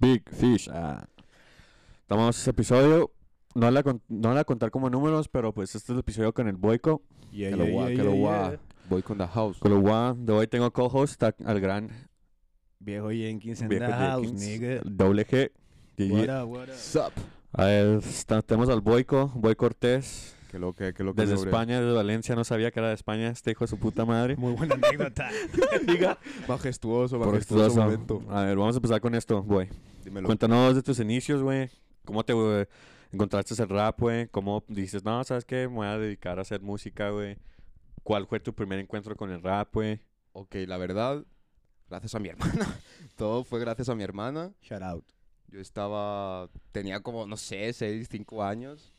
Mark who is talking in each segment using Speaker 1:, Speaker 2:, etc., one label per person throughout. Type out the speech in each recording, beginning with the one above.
Speaker 1: Big Fish. Ah. Estamos en este episodio. No la, con- no la contar como números, pero pues este es el episodio con el Boico.
Speaker 2: Yeah,
Speaker 1: Que lo
Speaker 2: yeah,
Speaker 1: gua-
Speaker 2: yeah,
Speaker 1: que lo
Speaker 2: yeah,
Speaker 1: gua-
Speaker 2: yeah.
Speaker 3: Voy con The House.
Speaker 1: Con lo gua- de hoy tengo co-host a- al gran
Speaker 2: Viejo Jenkins en
Speaker 1: viejo
Speaker 2: the house,
Speaker 1: Jenkins,
Speaker 2: nigga.
Speaker 1: el Doble G. GG.
Speaker 2: What up, what up?
Speaker 3: Sup.
Speaker 1: A ver, está- tenemos al Boico, Boy Cortés.
Speaker 3: Que lo que, que lo que
Speaker 1: Desde
Speaker 3: sobre.
Speaker 1: España, desde Valencia, no sabía que era de España, este hijo de su puta madre.
Speaker 2: Muy buena anécdota.
Speaker 3: Diga. Majestuoso, majestuoso
Speaker 1: Porfiroso.
Speaker 3: momento.
Speaker 1: A ver, vamos a empezar con esto, güey.
Speaker 3: Dímelo.
Speaker 1: Cuéntanos de tus inicios, güey. ¿Cómo te güey, encontraste el rap, güey? ¿Cómo dices, no, sabes qué? Me voy a dedicar a hacer música, güey. ¿Cuál fue tu primer encuentro con el rap, güey?
Speaker 3: Ok, la verdad, gracias a mi hermana. Todo fue gracias a mi hermana.
Speaker 2: Shout out.
Speaker 3: Yo estaba, tenía como, no sé, 6, 5 años.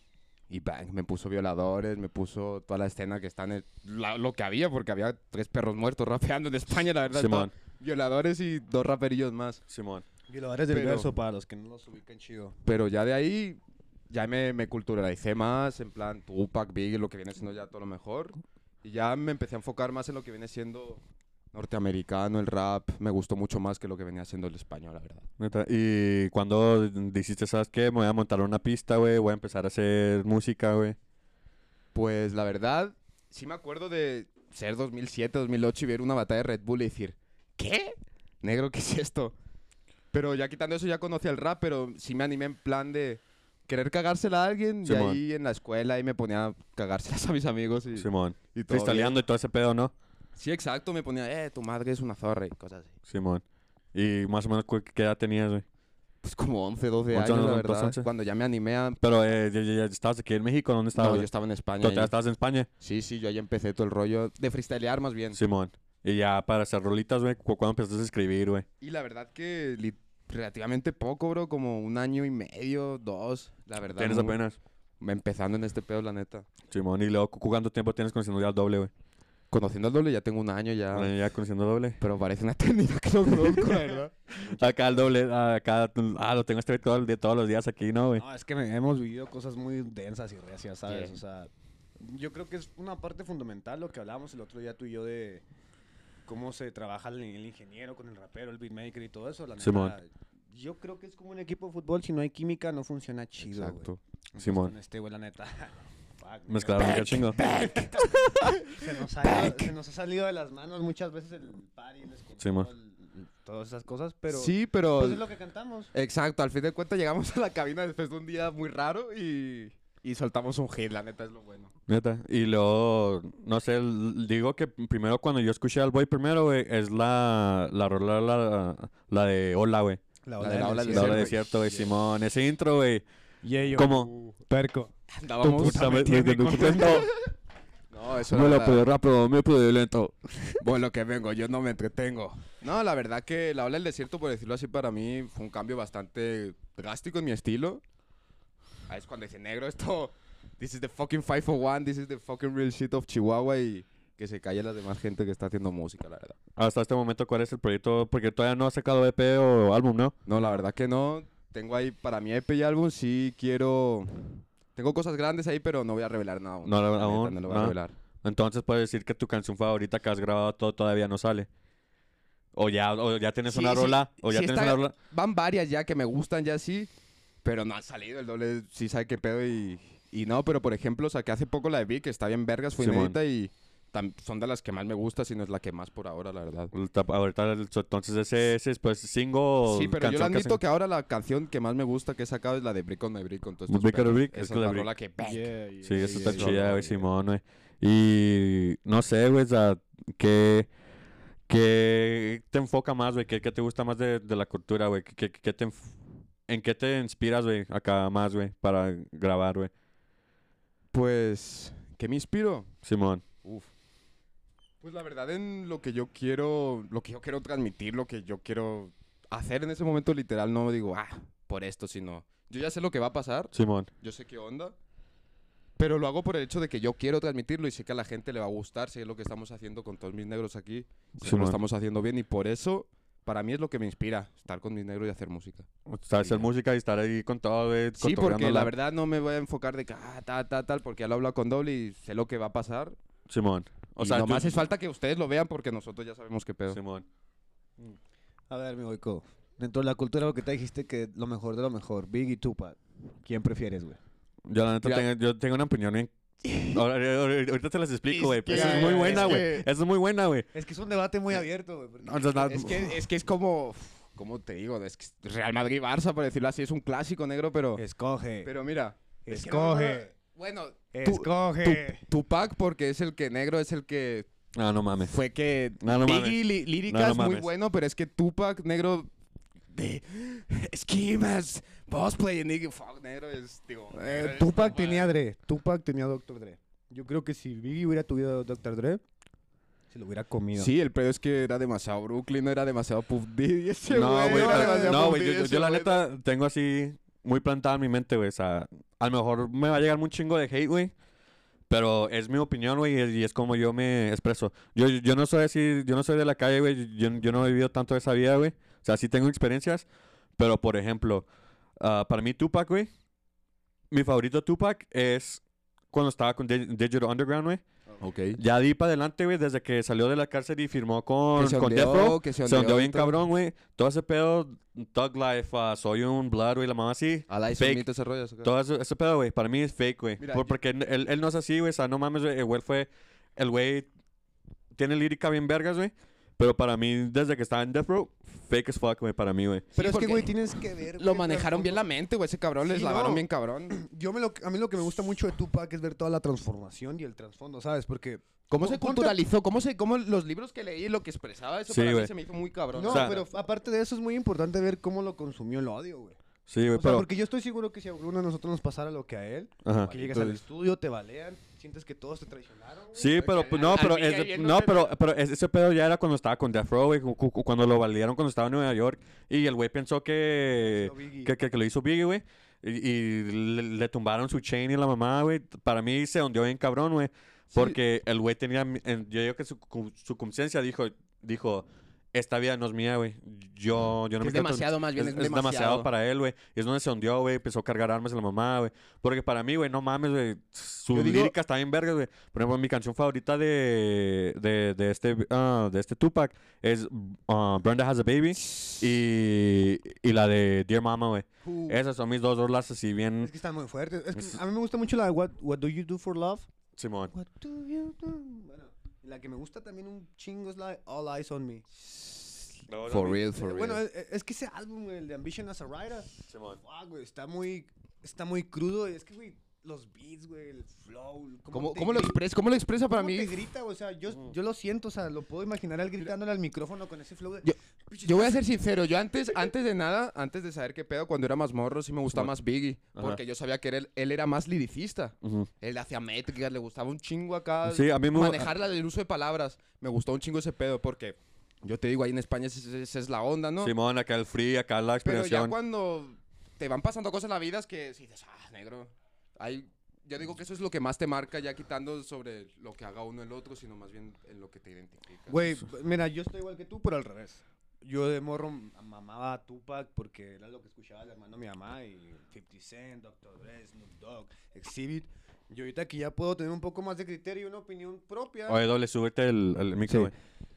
Speaker 3: Y bang, me puso violadores, me puso toda la escena que está en el- la- lo que había, porque había tres perros muertos rapeando en España, la verdad.
Speaker 1: Simón,
Speaker 3: estaba- Violadores y dos raperillos más.
Speaker 1: Simón.
Speaker 2: Violadores del
Speaker 3: Pero-
Speaker 2: verso para los que no los ubican chido.
Speaker 3: Pero ya de ahí, ya me, me culturalicé más, en plan Tupac, Big, lo que viene siendo ya todo lo mejor. Y ya me empecé a enfocar más en lo que viene siendo norteamericano, el rap. Me gustó mucho más que lo que venía siendo el español, la verdad.
Speaker 1: Neta, Y cuando dijiste, ¿sabes qué? Me voy a montar una pista, güey. Voy a empezar a hacer música, güey.
Speaker 3: Pues la verdad, sí me acuerdo de ser 2007, 2008 y ver una batalla de Red Bull y decir, ¿qué? Negro, ¿qué es esto? Pero ya quitando eso, ya conocía el rap, pero sí me animé en plan de querer cagársela a alguien. y
Speaker 1: Simón.
Speaker 3: ahí en la escuela, ahí me ponía a cagárselas a mis amigos y,
Speaker 1: Simón.
Speaker 3: y todo bien.
Speaker 1: Cristaleando y todo ese pedo, ¿no?
Speaker 3: Sí, exacto, me ponía, eh, tu madre es una zorra y cosas así.
Speaker 1: Simón. Y más o menos, cu- ¿qué edad tenías, güey?
Speaker 3: Pues como 11, 12
Speaker 1: Once,
Speaker 3: años, la
Speaker 1: once,
Speaker 3: verdad.
Speaker 1: once.
Speaker 3: Cuando ya me animé a...
Speaker 1: Pero, eh, ya- ya- ya ¿estabas aquí en México? ¿Dónde estabas?
Speaker 3: no, yo
Speaker 1: güey?
Speaker 3: estaba en España.
Speaker 1: ¿Tú te-
Speaker 3: ahí.
Speaker 1: estabas en España?
Speaker 3: Sí, sí, yo ahí empecé todo el rollo de freestylear más bien.
Speaker 1: Simón. Y ya para hacer rolitas, güey, ¿cu- ¿cuándo empezaste a escribir, güey?
Speaker 3: Y la verdad que li- relativamente poco, bro, como un año y medio, dos, la verdad.
Speaker 1: Tienes
Speaker 3: muy-
Speaker 1: apenas.
Speaker 3: Empezando en este pedo, la neta.
Speaker 1: Simón, y luego, ¿cu- cu- ¿cuánto tiempo tienes conociendo ya al doble, güey?
Speaker 3: Conociendo al doble ya tengo un año ya,
Speaker 1: Bueno, ya conociendo al doble.
Speaker 3: pero parece una eternidad que lo conozco, la verdad.
Speaker 1: Acá al doble, acá, ah, lo tengo este todo el día- todos los días aquí, ¿no, güey?
Speaker 2: No, es que me- hemos vivido cosas muy densas y recias, ¿sabes?
Speaker 3: Sí.
Speaker 2: O sea, yo creo que es una parte fundamental lo que hablábamos el otro día tú y yo de cómo se trabaja el, el ingeniero con el rapero, el beatmaker y todo eso. La neta,
Speaker 1: Simón.
Speaker 2: yo creo que es como un equipo de fútbol, si no hay química no funciona chido, güey.
Speaker 3: Exacto.
Speaker 2: Entonces,
Speaker 1: Simón.
Speaker 2: Con este güey, la neta. fuck, me
Speaker 1: Mezclaron un chingo.
Speaker 2: se nos, ha, se nos ha salido de las manos muchas veces el party, el descontrol,
Speaker 1: Simón.
Speaker 2: el- todas esas cosas, pero
Speaker 3: sí, pero...
Speaker 2: pues es lo que cantamos.
Speaker 3: Exacto, al fin de cuentas llegamos a la cabina después de un día muy raro y, y soltamos un hit, la neta es lo bueno.
Speaker 1: Neta. Y luego, no sé, l- digo que primero cuando yo escuché al boy primero, güey, es la, la rola, la, la de Hola, güey.
Speaker 2: La
Speaker 3: ola de la ola
Speaker 1: La
Speaker 3: Desierto,
Speaker 1: ola de
Speaker 3: güey.
Speaker 1: desierto, güey,
Speaker 3: Yeah.
Speaker 1: Simón. Ese intro, güey. ¿Cómo?
Speaker 2: Perco.
Speaker 1: Ah,
Speaker 3: Andábamos... No, eso la verdad.
Speaker 1: rápido, me pude lento.
Speaker 3: Bueno, lo que vengo, yo no me entretengo. No, la verdad que la ola del desierto, por decirlo así, para mí fue un cambio bastante drástico en mi estilo. Ahí es cuando dice negro esto. This is the fucking 501, this is the fucking real shit of Chihuahua y que se calle la demás gente que está haciendo música, la verdad.
Speaker 1: Hasta este momento, ¿cuál es el proyecto? Porque todavía no has sacado EP o álbum, ¿no?
Speaker 3: No, la verdad que no. Tengo ahí para mi EP y álbum, sí quiero. Tengo cosas grandes ahí, pero no voy a revelar nada. aún.
Speaker 1: No,
Speaker 3: La neta,
Speaker 1: aún,
Speaker 3: no lo voy a
Speaker 1: no.
Speaker 3: revelar.
Speaker 1: Entonces puedes decir que tu canción favorita que has grabado to- todavía no sale. O ya, o ya tienes
Speaker 3: Sí,
Speaker 1: una
Speaker 3: sí,
Speaker 1: rola, o ya
Speaker 3: sí
Speaker 1: tienes
Speaker 3: está-
Speaker 1: una rola.
Speaker 3: Van varias ya que me gustan ya sí, pero no han salido. El doble sí sabe qué pedo y, y no, pero por ejemplo saqué hace poco la de Vic, que está bien vergas, fue
Speaker 1: Simón.
Speaker 3: inédita y tam- son de las que más me gusta, si no es la que más por ahora, la verdad.
Speaker 1: El tap- Ahorita, el- entonces ese, ese es pues single.
Speaker 3: Sí, pero yo lo
Speaker 1: canción
Speaker 3: admito
Speaker 1: hacen-
Speaker 3: que ahora la canción que más me gusta que he sacado es la de Brick on My Brick con todos estos
Speaker 1: Brick on
Speaker 3: perros.
Speaker 1: Brick, es
Speaker 3: Esa
Speaker 1: que
Speaker 3: es
Speaker 1: la
Speaker 3: la
Speaker 1: Brick-
Speaker 3: rola que bang.
Speaker 1: Sí, eso
Speaker 3: sí,
Speaker 1: está
Speaker 3: sí,
Speaker 1: chida,
Speaker 3: sí.
Speaker 1: güey, Simón, güey. Y no sé, güey, o sea, ¿qué, qué te enfoca más, güey? ¿Qué, qué te gusta más de, de la cultura, güey? ¿Qué, qué- qué te enf- ¿En qué te inspiras, güey, acá más, güey, para grabar, güey?
Speaker 3: Pues, ¿qué me inspiro?
Speaker 1: Simón,
Speaker 3: Uf. Pues la verdad en lo que yo quiero, lo que yo quiero transmitir, lo que yo quiero hacer en ese momento literal, no digo, ah, por esto, sino yo ya sé lo que va a pasar,
Speaker 1: Simón.
Speaker 3: yo sé qué onda, pero lo hago por el hecho de que yo quiero transmitirlo y sé que a la gente le va a gustar, sé lo que estamos haciendo con todos mis negros aquí, sé que
Speaker 1: Simón.
Speaker 3: lo estamos haciendo bien y por eso para mí es lo que me inspira, estar con mis negros y hacer música.
Speaker 1: O sea, hacer
Speaker 3: ya.
Speaker 1: música y estar ahí con todo, güey.
Speaker 3: Sí, porque
Speaker 1: cotorreándola.
Speaker 3: la verdad no me voy a enfocar de que, ah, tal, tal, tal, porque ya lo he hablado con doble y sé lo que va a pasar.
Speaker 1: Simón. O
Speaker 3: O
Speaker 1: sea,
Speaker 3: sea,
Speaker 1: tú-
Speaker 3: nomás es falta que ustedes lo vean porque nosotros ya sabemos qué pedo.
Speaker 1: Simón.
Speaker 2: A ver, mi boico. Dentro de la cultura, porque te dijiste que lo mejor de lo mejor, Big y Tupac. ¿Quién prefieres, güey?
Speaker 1: Yo, la neta,
Speaker 3: Ya.
Speaker 1: tengo, yo tengo una opinión bien. Ahora- ahora- Ahorita te las explico, güey.
Speaker 3: que-
Speaker 1: pero Esa es muy
Speaker 3: es
Speaker 1: buena, güey.
Speaker 3: que-
Speaker 1: Esa es muy buena, güey.
Speaker 2: Es que es un debate muy abierto, güey.
Speaker 1: No, entonces, nada-
Speaker 3: Es que, es que es como. ¿Cómo te digo? Es que Real Madrid-Barça, por decirlo así, es un clásico negro, pero.
Speaker 2: Escoge.
Speaker 3: Pero mira. es que no,
Speaker 2: escoge.
Speaker 3: Bueno, tú-
Speaker 2: Escoge.
Speaker 3: Tu- Tupac, porque es el que negro, es el que
Speaker 1: Ah, no mames. Ah,
Speaker 3: fue que.
Speaker 1: No, no
Speaker 3: Biggie, lí- lírica
Speaker 1: No, no
Speaker 3: es muy
Speaker 1: mames.
Speaker 3: bueno, pero es que Tupac, negro. De esquimas, boss play, nigga, fuck, negro es. Digo, eh, negro es
Speaker 2: eh, Tupac tenía Dre. Tupac tenía Dr. Dre. Yo creo que si Biggie hubiera tuvido Dr. Dre, se lo hubiera comido.
Speaker 3: Sí, el pedo es que era demasiado Brooklyn, no era demasiado Puff Diddy ese
Speaker 1: No, güey.
Speaker 3: era
Speaker 1: pero-
Speaker 3: demasiado
Speaker 1: No,
Speaker 3: Puff
Speaker 1: güey. yo-
Speaker 3: Diddy
Speaker 1: Yo,
Speaker 3: ese
Speaker 1: yo la
Speaker 3: güey.
Speaker 1: neta, tengo así muy plantada en mi mente, güey. O sea, a lo mejor me va a llegar un chingo de hate, güey. Pero es mi opinión, güey, y es- y es como yo me expreso. Yo, yo no soy así, yo no soy de la calle, güey. Yo, yo no he vivido tanto esa vida, güey. O sea, sí tengo experiencias. Pero, por ejemplo, ah, para mí Tupac, güey. Mi favorito Tupac es cuando estaba con Dig- Digital Underground, güey.
Speaker 3: Ok.
Speaker 1: Ya di para adelante, güey, desde que salió de la cárcel y firmó con,
Speaker 3: Que se
Speaker 1: con
Speaker 3: ondeó,
Speaker 1: Death Row.
Speaker 3: que se
Speaker 1: Se
Speaker 3: ondeó
Speaker 1: ondeó,
Speaker 3: y
Speaker 1: bien
Speaker 3: todo.
Speaker 1: cabrón, güey. Todo ese pedo, Thug Life, ah, Soy un Blood, güey, la mamá así.
Speaker 3: A la
Speaker 1: Fake.
Speaker 3: mito ese rollo. eso,
Speaker 1: Todo eso- ese, pedo, güey, para mí es fake, güey.
Speaker 3: Mira,
Speaker 1: Por-
Speaker 3: yo-
Speaker 1: porque él, él no es así, güey. O sea, no mames, güey. El güey fue... El güey tiene lírica bien vergas, güey. Pero para mí, desde que estaba en Death Row, fake as fuck, güey, para mí, güey.
Speaker 2: Pero es que,
Speaker 3: porque
Speaker 2: güey, tienes que ver.
Speaker 3: Lo
Speaker 2: güey,
Speaker 3: manejaron bien la mente, güey. Ese cabrón les
Speaker 2: Sí,
Speaker 3: lavaron
Speaker 2: no.
Speaker 3: bien cabrón.
Speaker 2: transform- Yo me lo, a mí lo que me gusta mucho de Tupac es ver toda la transformación y el trasfondo, ¿sabes? Porque.
Speaker 3: ¿Cómo se
Speaker 2: Ponte-
Speaker 3: culturalizó? ¿Cómo, se, ¿Cómo los libros que leí y lo que expresaba eso
Speaker 1: Sí,
Speaker 3: para mí
Speaker 1: güey.
Speaker 3: se me hizo muy cabrón?
Speaker 2: No,
Speaker 1: O sea-
Speaker 2: pero f- aparte de eso es muy importante ver cómo lo consumió el odio, güey.
Speaker 1: Sí, güey,
Speaker 2: O sea,
Speaker 1: pero...
Speaker 2: porque yo estoy seguro que si a alguno de nosotros nos pasara lo que a él,
Speaker 1: ajá.
Speaker 2: que llegas al estudio, te balean, sientes que todos te traicionaron. güey.
Speaker 1: Sí, pero
Speaker 3: al-
Speaker 1: pues, no,
Speaker 3: al
Speaker 1: pero,
Speaker 3: Miguel
Speaker 1: es-
Speaker 3: yéndose
Speaker 1: no,
Speaker 3: de-
Speaker 1: pero, pero es- ese pedo ya era cuando estaba con Death Row, güey, cu- cu- cuando lo validaron cuando estaba en Nueva York y el güey pensó que
Speaker 2: Lo Biggie.
Speaker 1: que, que- que lo hizo Biggie, güey. Y, y le, le tumbaron su chain y la mamá, güey. Para mí se hundió bien cabrón, güey. Porque el güey tenía, mi- en- yo digo que su, cu- su conciencia dijo, dijo, esta vida no es mía, güey. Yo, yo no
Speaker 3: Que
Speaker 1: me
Speaker 3: es
Speaker 1: quiero
Speaker 3: demasiado, más bien, es demasiado.
Speaker 1: para él, güey. Y es donde se hundió, güey. Empezó a cargar armas a la mamá, güey. Porque para mí, güey, no mames, güey. Su
Speaker 3: Yo digo-
Speaker 1: lírica está bien verga, güey. Por ejemplo, mi canción favorita de, de, de este, ah, de este Tupac es ah, Brenda Has a Baby y, y la de Dear Mama, güey.
Speaker 2: Uh,
Speaker 1: Esas son mis dos rolas así bien...
Speaker 2: Es que están muy fuertes. Es que
Speaker 1: Es-
Speaker 2: a mí me gusta mucho la de What, What Do You Do for Love.
Speaker 1: Simón.
Speaker 2: What do you do? Bueno, la que me gusta también un chingo es la de All Eyes on Me.
Speaker 3: For real, for
Speaker 2: Eh,
Speaker 3: real.
Speaker 2: Bueno, es, es que ese álbum, güey, el de Ambition as a Writer, fuck, güey, está muy, está muy crudo. y Es que, güey, los beats, güey, el flow. el
Speaker 3: ¿Cómo,
Speaker 2: te
Speaker 3: cómo lo
Speaker 2: grita,
Speaker 3: expresa? ¿Cómo lo expresa para
Speaker 2: cómo
Speaker 3: mí?
Speaker 2: te grita, o sea, yo, yo lo siento, o sea, lo puedo imaginar a él gritándole al micrófono con ese flow. De,
Speaker 3: Yo-
Speaker 2: "Pinches
Speaker 3: Yo voy a ser sincero, yo antes, antes de nada, antes de saber qué pedo, cuando era más morro, sí me gustaba
Speaker 1: Bueno.
Speaker 3: más Biggie.
Speaker 1: Ajá.
Speaker 3: Porque yo sabía que él, él era más liricista.
Speaker 1: Ujú.
Speaker 3: Él hacía métricas, le gustaba un chingo acá.
Speaker 1: Sí, a mí me-
Speaker 3: Manejar la- el uso de palabras. Me gustó un chingo ese pedo porque yo te digo, ahí en España esa es, esa es la onda, ¿no?
Speaker 1: Simón, acá el free, acá la
Speaker 3: Pero ya
Speaker 1: expresión.
Speaker 3: cuando te van pasando cosas en la vida es que si dices, ah, negro, hay... Yo digo que eso es lo que más te marca, ya quitando sobre lo que haga uno el otro, sino más bien en lo que te identifica.
Speaker 2: Güey, b- mira, yo estoy igual que tú, pero al revés. Yo de morro m- mamaba a Tupac porque era lo que escuchaba el hermano de mi mamá y 50 Cent, Dr. Dre, Snoop Dogg, Exhibit. Y ahorita que ya puedo tener un poco más de criterio y una opinión propia.
Speaker 1: Oye, doble, súbete el, el micro,
Speaker 2: Sí.
Speaker 1: güey.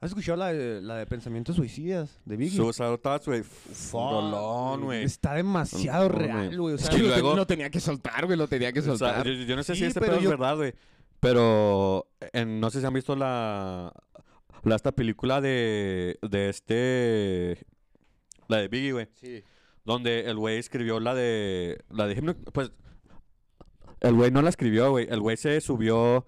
Speaker 2: ¿Has escuchado la de, la de Pensamientos Suicidas de Biggie?
Speaker 1: Suicidal Thoughts, güey. F- Un dolón, güey.
Speaker 2: Está demasiado
Speaker 1: Dolor,
Speaker 2: real,
Speaker 1: güey.
Speaker 2: güey. O
Speaker 3: Es
Speaker 2: sea,
Speaker 3: que
Speaker 1: y
Speaker 3: lo, te-
Speaker 1: luego-
Speaker 3: lo tenía que soltar, güey, lo tenía que
Speaker 1: O sea,
Speaker 3: soltar.
Speaker 1: yo, yo- yo no sé
Speaker 2: Sí,
Speaker 1: si este
Speaker 2: pero
Speaker 1: pedo es
Speaker 2: yo-
Speaker 1: verdad, güey. Pero en- no sé si han visto la, la esta película de, de este... La de Biggie, güey.
Speaker 3: Sí.
Speaker 1: Donde el güey escribió la de. La de Hypno- Pues. El güey no la escribió, güey. El güey se subió.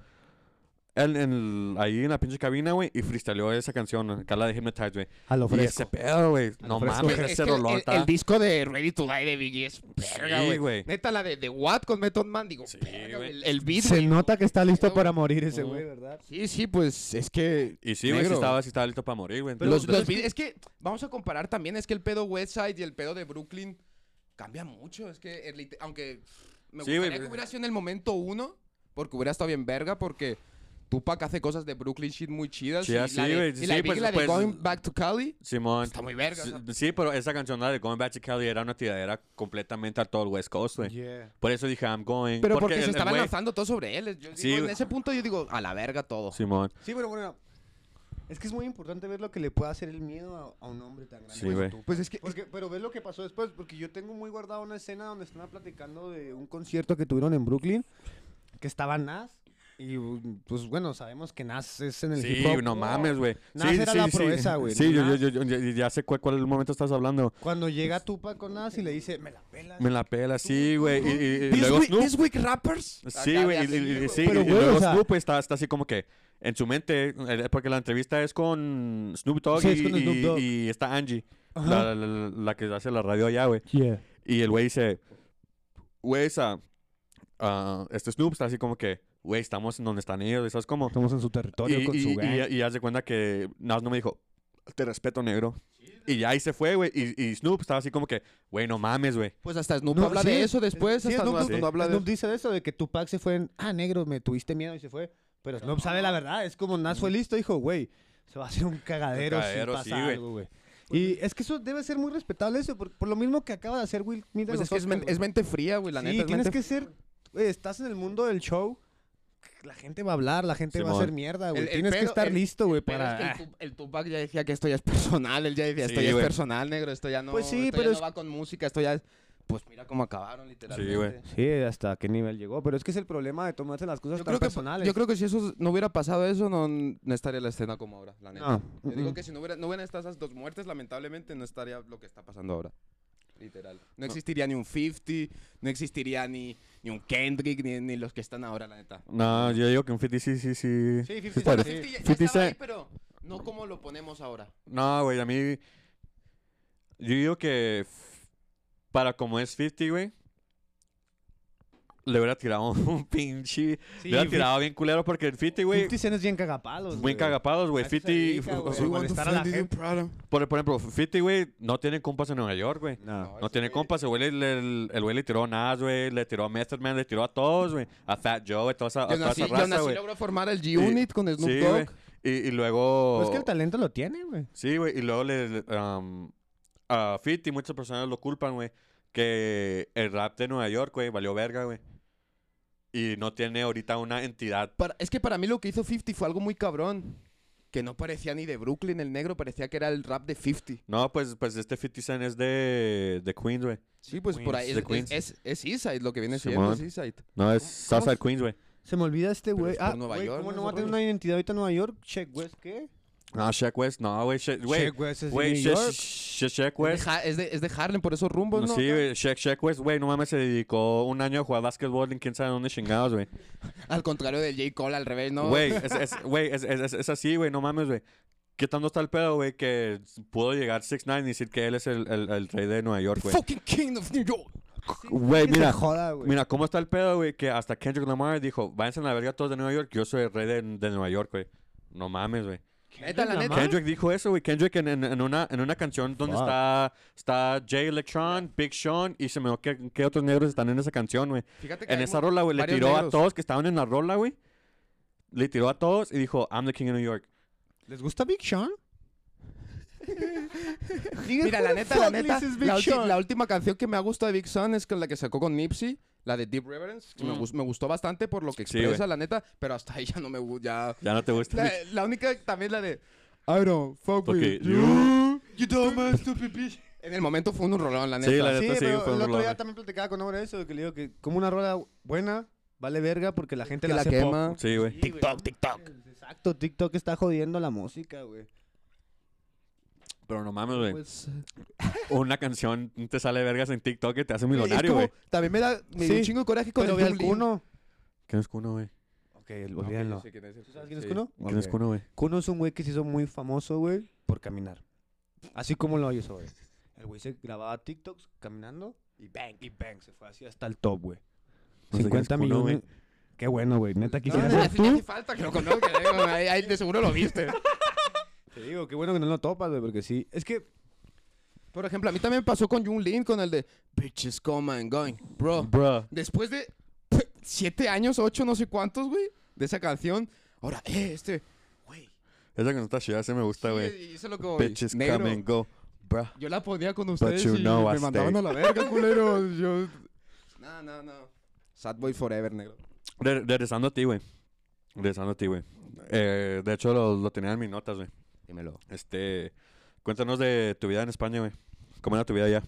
Speaker 1: en- en- ahí en la pinche cabina, güey. Y freestyleó esa canción. Acá la de Hypnotize, güey.
Speaker 2: a lo
Speaker 1: Y ese pedo, güey. No
Speaker 2: fresco.
Speaker 1: mames,
Speaker 3: Es
Speaker 1: Pues, ese
Speaker 3: que el-
Speaker 1: rolón
Speaker 3: el,
Speaker 1: está.
Speaker 3: disco de Ready to Die de Biggie es verga,
Speaker 1: Sí,
Speaker 3: güey.
Speaker 1: güey.
Speaker 3: Neta, la de, de What con Method Man, digo,
Speaker 1: Sí,
Speaker 3: verga,
Speaker 1: güey.
Speaker 3: el, el beat,
Speaker 2: Se
Speaker 3: güey.
Speaker 2: nota que está listo para morir ese
Speaker 1: Ujú.
Speaker 2: güey, ¿verdad?
Speaker 3: Sí, sí, pues es que...
Speaker 1: Y sí, güey, sí
Speaker 3: negro.
Speaker 1: estaba, sí estaba listo para morir, güey.
Speaker 2: Pero-
Speaker 3: los,
Speaker 1: Entonces,
Speaker 3: los
Speaker 2: es que-
Speaker 3: beats- es que vamos a comparar también, es que el pedo Westside y el pedo de Brooklyn cambia mucho. Es que, el lit- aunque me
Speaker 1: Sí,
Speaker 3: gustaría
Speaker 1: güey.
Speaker 3: que hubiera sido en el momento uno, porque hubiera estado bien verga, porque Tupac hace cosas de Brooklyn shit muy chidas.
Speaker 1: Chidas,
Speaker 3: y la
Speaker 1: sí,
Speaker 3: de,
Speaker 1: güey,
Speaker 3: y la
Speaker 1: sí,
Speaker 3: de Biggie,
Speaker 1: pues,
Speaker 3: la de
Speaker 1: pues,
Speaker 3: Going Back to Cali.
Speaker 1: Simón.
Speaker 3: Está muy verga,
Speaker 1: Sí,
Speaker 3: o sea.
Speaker 1: Sí, pero esa canción la de Going Back to Cali era una tiradera completamente a todo el West Coast, güey.
Speaker 2: Yeah.
Speaker 1: Por eso dije, I'm going.
Speaker 3: Pero porque,
Speaker 1: el-
Speaker 3: se
Speaker 1: el
Speaker 3: estaban
Speaker 1: güey-
Speaker 3: lanzando todo sobre él. Yo digo,
Speaker 1: Sí,
Speaker 3: en
Speaker 1: güey.
Speaker 3: ese punto yo digo, a la verga todo.
Speaker 1: Simón.
Speaker 2: Sí, pero bueno. Es que es muy importante ver lo que le puede hacer el miedo a, a un hombre tan grande
Speaker 1: Sí,
Speaker 2: como
Speaker 1: güey.
Speaker 2: tú.
Speaker 3: Pues es que.
Speaker 2: Porque, pero ves lo que pasó después, porque yo tengo muy guardada una escena donde estaban platicando de un concierto que tuvieron en Brooklyn, que estaba Nas, y pues bueno, sabemos que Nas es en el
Speaker 1: Sí,
Speaker 2: hip hop.
Speaker 1: no mames, güey.
Speaker 2: Nas
Speaker 1: sí,
Speaker 2: era
Speaker 1: sí,
Speaker 2: la
Speaker 1: sí.
Speaker 2: proeza, güey,
Speaker 1: Sí, yo, yo,
Speaker 2: Nas.
Speaker 1: yo- yo- ya, ya sé cuál, cuál momento estás hablando.
Speaker 2: Cuando llega Tupac con Nas y le dice, me la pelas.
Speaker 1: Me la pela, sí, güey. Y, y- y
Speaker 3: This
Speaker 1: luego
Speaker 3: week-
Speaker 1: Snoop.
Speaker 3: this week rappers.
Speaker 1: Sí,
Speaker 3: Acá
Speaker 1: güey.
Speaker 3: de
Speaker 1: Y,
Speaker 3: así,
Speaker 1: y- y-
Speaker 3: güey.
Speaker 1: sí,
Speaker 2: Pero,
Speaker 1: y
Speaker 2: güey,
Speaker 1: luego
Speaker 2: o sea-
Speaker 1: Snoop está, está así como que en su mente, eh, porque la entrevista es con Snoop Dogg,
Speaker 2: Sí, es
Speaker 1: y,
Speaker 2: con Snoop
Speaker 1: y-
Speaker 2: Dogg.
Speaker 1: y está Angie,
Speaker 2: Ajá.
Speaker 1: la, la- la- la que hace la radio allá, güey.
Speaker 2: Yeah.
Speaker 1: Y el güey dice, güey, esa, ah, este Snoop está así como que, güey, estamos en donde están ellos, ¿sabes cómo?
Speaker 2: Estamos en su territorio
Speaker 1: y,
Speaker 2: con
Speaker 1: y-
Speaker 2: su
Speaker 1: y-
Speaker 2: gang.
Speaker 1: y haz de cuenta que Nas no me dijo, te respeto, negro. Y ya ahí se fue, güey. Y, y Snoop estaba así como que, güey, no mames, güey.
Speaker 3: Pues hasta Snoop
Speaker 2: No,
Speaker 3: habla
Speaker 2: sí,
Speaker 3: de eso después.
Speaker 2: sí,
Speaker 3: hasta
Speaker 2: Snoop
Speaker 3: Snoop,
Speaker 1: Dogg-
Speaker 3: no habla de
Speaker 2: Snoop Eh, dice eso, de que Tupac se fue en, ah, negro, me tuviste miedo y se fue. Pero Snoop sabe la verdad, es como Nas fue listo, dijo, güey, se va a hacer un cagadero,
Speaker 1: Un cagadero,
Speaker 2: si
Speaker 1: sí,
Speaker 2: pasa
Speaker 1: güey.
Speaker 2: algo, güey.
Speaker 3: Pues
Speaker 2: Y es que eso debe ser muy respetable eso, por, por lo mismo que acaba de hacer Will Smith en
Speaker 3: Pues
Speaker 2: los
Speaker 3: es que es, men-
Speaker 2: Oscars, güey.
Speaker 3: es mente fría, güey, la
Speaker 2: sí,
Speaker 3: neta. es
Speaker 2: tienes
Speaker 3: mente
Speaker 2: que ser, güey, estás en el mundo del show, la gente va a hablar, la gente va a
Speaker 1: Simón.
Speaker 2: hacer mierda, güey.
Speaker 3: El- el
Speaker 2: Tienes que
Speaker 3: pedo-
Speaker 2: estar
Speaker 3: el-
Speaker 2: listo, güey,
Speaker 3: Pero
Speaker 2: para... Ah.
Speaker 3: es que el, Tup- el Tupac ya decía que esto ya es personal, él ya decía, esto
Speaker 1: Sí,
Speaker 3: ya
Speaker 1: güey.
Speaker 3: es personal, negro, esto ya no,
Speaker 2: Pues sí,
Speaker 3: esto
Speaker 2: pero
Speaker 3: ya
Speaker 2: es-
Speaker 3: no va con música, esto ya es... Pues mira cómo acabaron, literalmente.
Speaker 1: güey.
Speaker 2: Sí, hasta qué nivel llegó, pero es que es el problema de tomarse las cosas
Speaker 3: Yo
Speaker 2: tan
Speaker 3: creo, que,
Speaker 2: personales.
Speaker 3: yo creo que si eso no hubiera pasado eso, no, no estaría la escena como ahora, la neta.
Speaker 2: No,
Speaker 3: Yo digo
Speaker 2: mm.
Speaker 3: que si no, hubiera, no hubieran estado esas dos muertes, lamentablemente no estaría lo que está pasando ahora. Literal. No existiría ni un 50, no existiría ni, ni un Kendrick, ni, ni los que están ahora, la neta.
Speaker 1: No, yo digo que un 50 sí, sí, sí.
Speaker 2: Sí, 50
Speaker 1: sí
Speaker 2: Cent,
Speaker 1: parece.
Speaker 2: sí.
Speaker 3: 50 ya- ya
Speaker 1: 50
Speaker 3: estaba ahí,
Speaker 1: Cent.
Speaker 3: pero no como lo ponemos ahora.
Speaker 1: No, güey, a mí. Yo digo que. f- Para como es 50, güey. Le hubiera tirado un pinche.
Speaker 2: Sí,
Speaker 1: le hubiera
Speaker 2: fif-
Speaker 1: tirado bien culero porque el 50, güey.
Speaker 2: 50 Cent es bien cagapalos,
Speaker 1: Muy
Speaker 2: güey.
Speaker 1: cagapados, güey.
Speaker 2: A eso Pues, eh, se
Speaker 1: 50.
Speaker 2: dedica, güey.
Speaker 1: f-
Speaker 2: want to Molestar a la find you, gente.
Speaker 1: Por, por ejemplo, 50, güey, no tiene compas en Nueva York, güey.
Speaker 2: No.
Speaker 1: Ah, No tiene compas, el güey le, le- el- el güey le tiró a Nas, güey, le tiró a Method Man, le tiró a todos, güey. A Fat Joe, güey, toda esa, a
Speaker 3: Yo
Speaker 1: toda
Speaker 3: nací,
Speaker 1: esa
Speaker 3: yo
Speaker 1: raza,
Speaker 3: nací
Speaker 1: güey.
Speaker 3: logró formar el G-Unit con Snoop
Speaker 1: Sí, güey.
Speaker 3: Dogg.
Speaker 1: Y, y luego...
Speaker 2: Pues que el talento lo tiene, güey.
Speaker 1: Sí, güey, y luego le, le- am, a Fit y muchas personas lo culpan, güey, que el rap de Nueva York, güey, valió verga, güey. Y no tiene ahorita una entidad.
Speaker 3: Para- es que para mí lo que hizo 50 fue algo muy cabrón. Que no parecía ni de Brooklyn el negro, parecía que era el rap de 50.
Speaker 1: No, pues, pues este 50 Cent es de, de Queens, güey.
Speaker 3: Sí, pues por ahí
Speaker 1: de
Speaker 3: es,
Speaker 1: Queens.
Speaker 3: es, es, es Eastside, lo que viene siendo es
Speaker 1: Simón.
Speaker 3: Eastside.
Speaker 1: No, es
Speaker 2: cómo
Speaker 1: Southside
Speaker 2: es?
Speaker 1: Queens, güey.
Speaker 2: Se me olvida este
Speaker 3: Pero
Speaker 2: güey.
Speaker 3: es por
Speaker 2: Ah,
Speaker 3: Nueva
Speaker 2: güey,
Speaker 3: York,
Speaker 2: ¿cómo
Speaker 3: ¿no?
Speaker 2: no va a tener
Speaker 3: Esos
Speaker 2: una identidad ahorita en Nueva York? Check West, ¿qué?
Speaker 1: No, Sheck West, no, güey, Sheck, güey.
Speaker 2: Check West es
Speaker 1: Güey,
Speaker 2: de New
Speaker 1: Sheck
Speaker 2: York.
Speaker 1: Sheck- Sheck
Speaker 3: Es,
Speaker 1: West.
Speaker 3: de, Ha- es, de, es de Harlem, por esos rumbos, pues ¿no?
Speaker 1: No, sí, güey, Sheck, Sheck West, güey, no mames, se dedicó un año a jugar básquetbol en quién sabe dónde chingados, güey.
Speaker 3: Al contrario del J. Cole, al revés, ¿no?
Speaker 1: Güey, es, es, güey, es, es- es- es así, güey, no mames, güey. ¿Qué tanto está el pedo, güey, que pudo llegar 6ix9ine y decir que él es el, el- el rey de Nueva York, güey?
Speaker 3: Fucking King of New York.
Speaker 1: Güey,
Speaker 2: Que se
Speaker 1: mira,
Speaker 2: joda, güey.
Speaker 1: mira, ¿cómo está el pedo, güey? Que hasta Kendrick Lamar dijo, váyanse a la verga todos de Nueva York, yo soy el rey de, de Nueva York, güey. No mames, güey.
Speaker 3: Neta, la neta.
Speaker 1: Kendrick dijo eso, güey. Kendrick en, en- en una, en una canción donde
Speaker 2: Fuck.
Speaker 1: está, está Jay Electron, Big Sean y se me olvidó qué, qué otros negros están en esa canción, güey.
Speaker 3: Fíjate que
Speaker 1: En
Speaker 3: hay
Speaker 1: esa
Speaker 3: mu-
Speaker 1: rola, güey, le
Speaker 3: varios
Speaker 1: tiró a
Speaker 3: negros.
Speaker 1: todos que estaban en la rola, güey. Le tiró a todos y dijo, I'm the king of New York.
Speaker 2: ¿Les gusta Big Sean? Digan,
Speaker 3: Mira,
Speaker 2: "Who
Speaker 3: la
Speaker 2: the
Speaker 3: neta, la
Speaker 2: fuck
Speaker 3: neta,
Speaker 2: this is Big
Speaker 3: la, ulti-
Speaker 2: Sean?"
Speaker 3: la última canción que me ha gustado de Big Sean es con la que sacó con Nipsey, la de Deep Reverence, que me,
Speaker 1: Mm.
Speaker 3: gus- me gustó bastante por lo que
Speaker 1: Sí, güey.
Speaker 3: expresa, la neta, pero hasta ahí ya no me gusta.
Speaker 1: Ya no te gusta.
Speaker 3: La, la única también la de I don't fuck
Speaker 1: Fuck
Speaker 3: with
Speaker 1: it,
Speaker 3: you, you dumb stupid bitch. En el momento fue un rolón, la neta.
Speaker 1: Sí, la neta
Speaker 2: Sí,
Speaker 1: sí,
Speaker 2: pero
Speaker 1: fue un
Speaker 2: el otro
Speaker 1: rolón,
Speaker 2: día
Speaker 1: güey.
Speaker 2: también platicaba con Ahora eso, que le digo que como una rola buena, vale verga porque la gente
Speaker 3: Que
Speaker 2: la,
Speaker 3: la
Speaker 2: hace
Speaker 3: quema.
Speaker 2: pop.
Speaker 1: Sí, güey.
Speaker 2: TikTok, TikTok. Exacto, TikTok está jodiendo la música, güey.
Speaker 1: Pero no mames, güey.
Speaker 2: Pues,
Speaker 1: Una canción te sale vergas en TikTok y te hace millonario, güey.
Speaker 3: también me da me dio
Speaker 2: Sí,
Speaker 3: un chingo de coraje con
Speaker 2: pero
Speaker 3: el
Speaker 2: ve al
Speaker 3: Dublín.
Speaker 2: Kuno.
Speaker 1: ¿Quién es Kuno, güey?
Speaker 2: Ok, olvídalo. ¿Tú sabes quién es Kuno?
Speaker 1: ¿Quién es
Speaker 2: Ok.
Speaker 1: Kuno, güey?
Speaker 2: Kuno es un güey que se hizo muy famoso, güey, por caminar. Así como lo oyes ahora. El güey se grababa TikToks caminando y bang, y bang, se fue así hasta el top, güey.
Speaker 1: No sé quién es
Speaker 2: 50
Speaker 1: Kuno, güey.
Speaker 2: millones. Qué bueno, güey. Neta,
Speaker 3: No, no,
Speaker 2: quisiera
Speaker 3: Ah, no,
Speaker 2: ser
Speaker 3: hace- hace
Speaker 2: tú.
Speaker 3: falta que lo conozca, ¿eh? ahí, ahí de seguro lo viste.
Speaker 2: Te digo, qué bueno que no lo topas, güey, porque sí. Es que,
Speaker 3: Por ejemplo, a mí también pasó con Jun Lin con el de Bitches come and going, bro.
Speaker 1: Bruh.
Speaker 3: Después de siete años, ocho, no sé cuántos, güey, de esa canción. Ahora, eh, este, güey.
Speaker 1: Esa que no está chida, se me gusta, güey.
Speaker 3: Sí, eso es lo que voy.
Speaker 1: Bitches
Speaker 3: Negro.
Speaker 1: come and go. Bruh.
Speaker 3: Yo la ponía con ustedes
Speaker 1: you
Speaker 3: y
Speaker 1: know I
Speaker 3: me mandaban
Speaker 1: stay.
Speaker 3: a la verga, culero. Yo... No, no, no. Sad Boy Forever, negro.
Speaker 1: Re- regresando a ti, güey. De Sanity, güey. Eh, de hecho, lo, lo tenía en mis notas, güey.
Speaker 3: Dímelo.
Speaker 1: Este, cuéntanos de tu vida en España, güey. ¿Cómo era tu vida allá?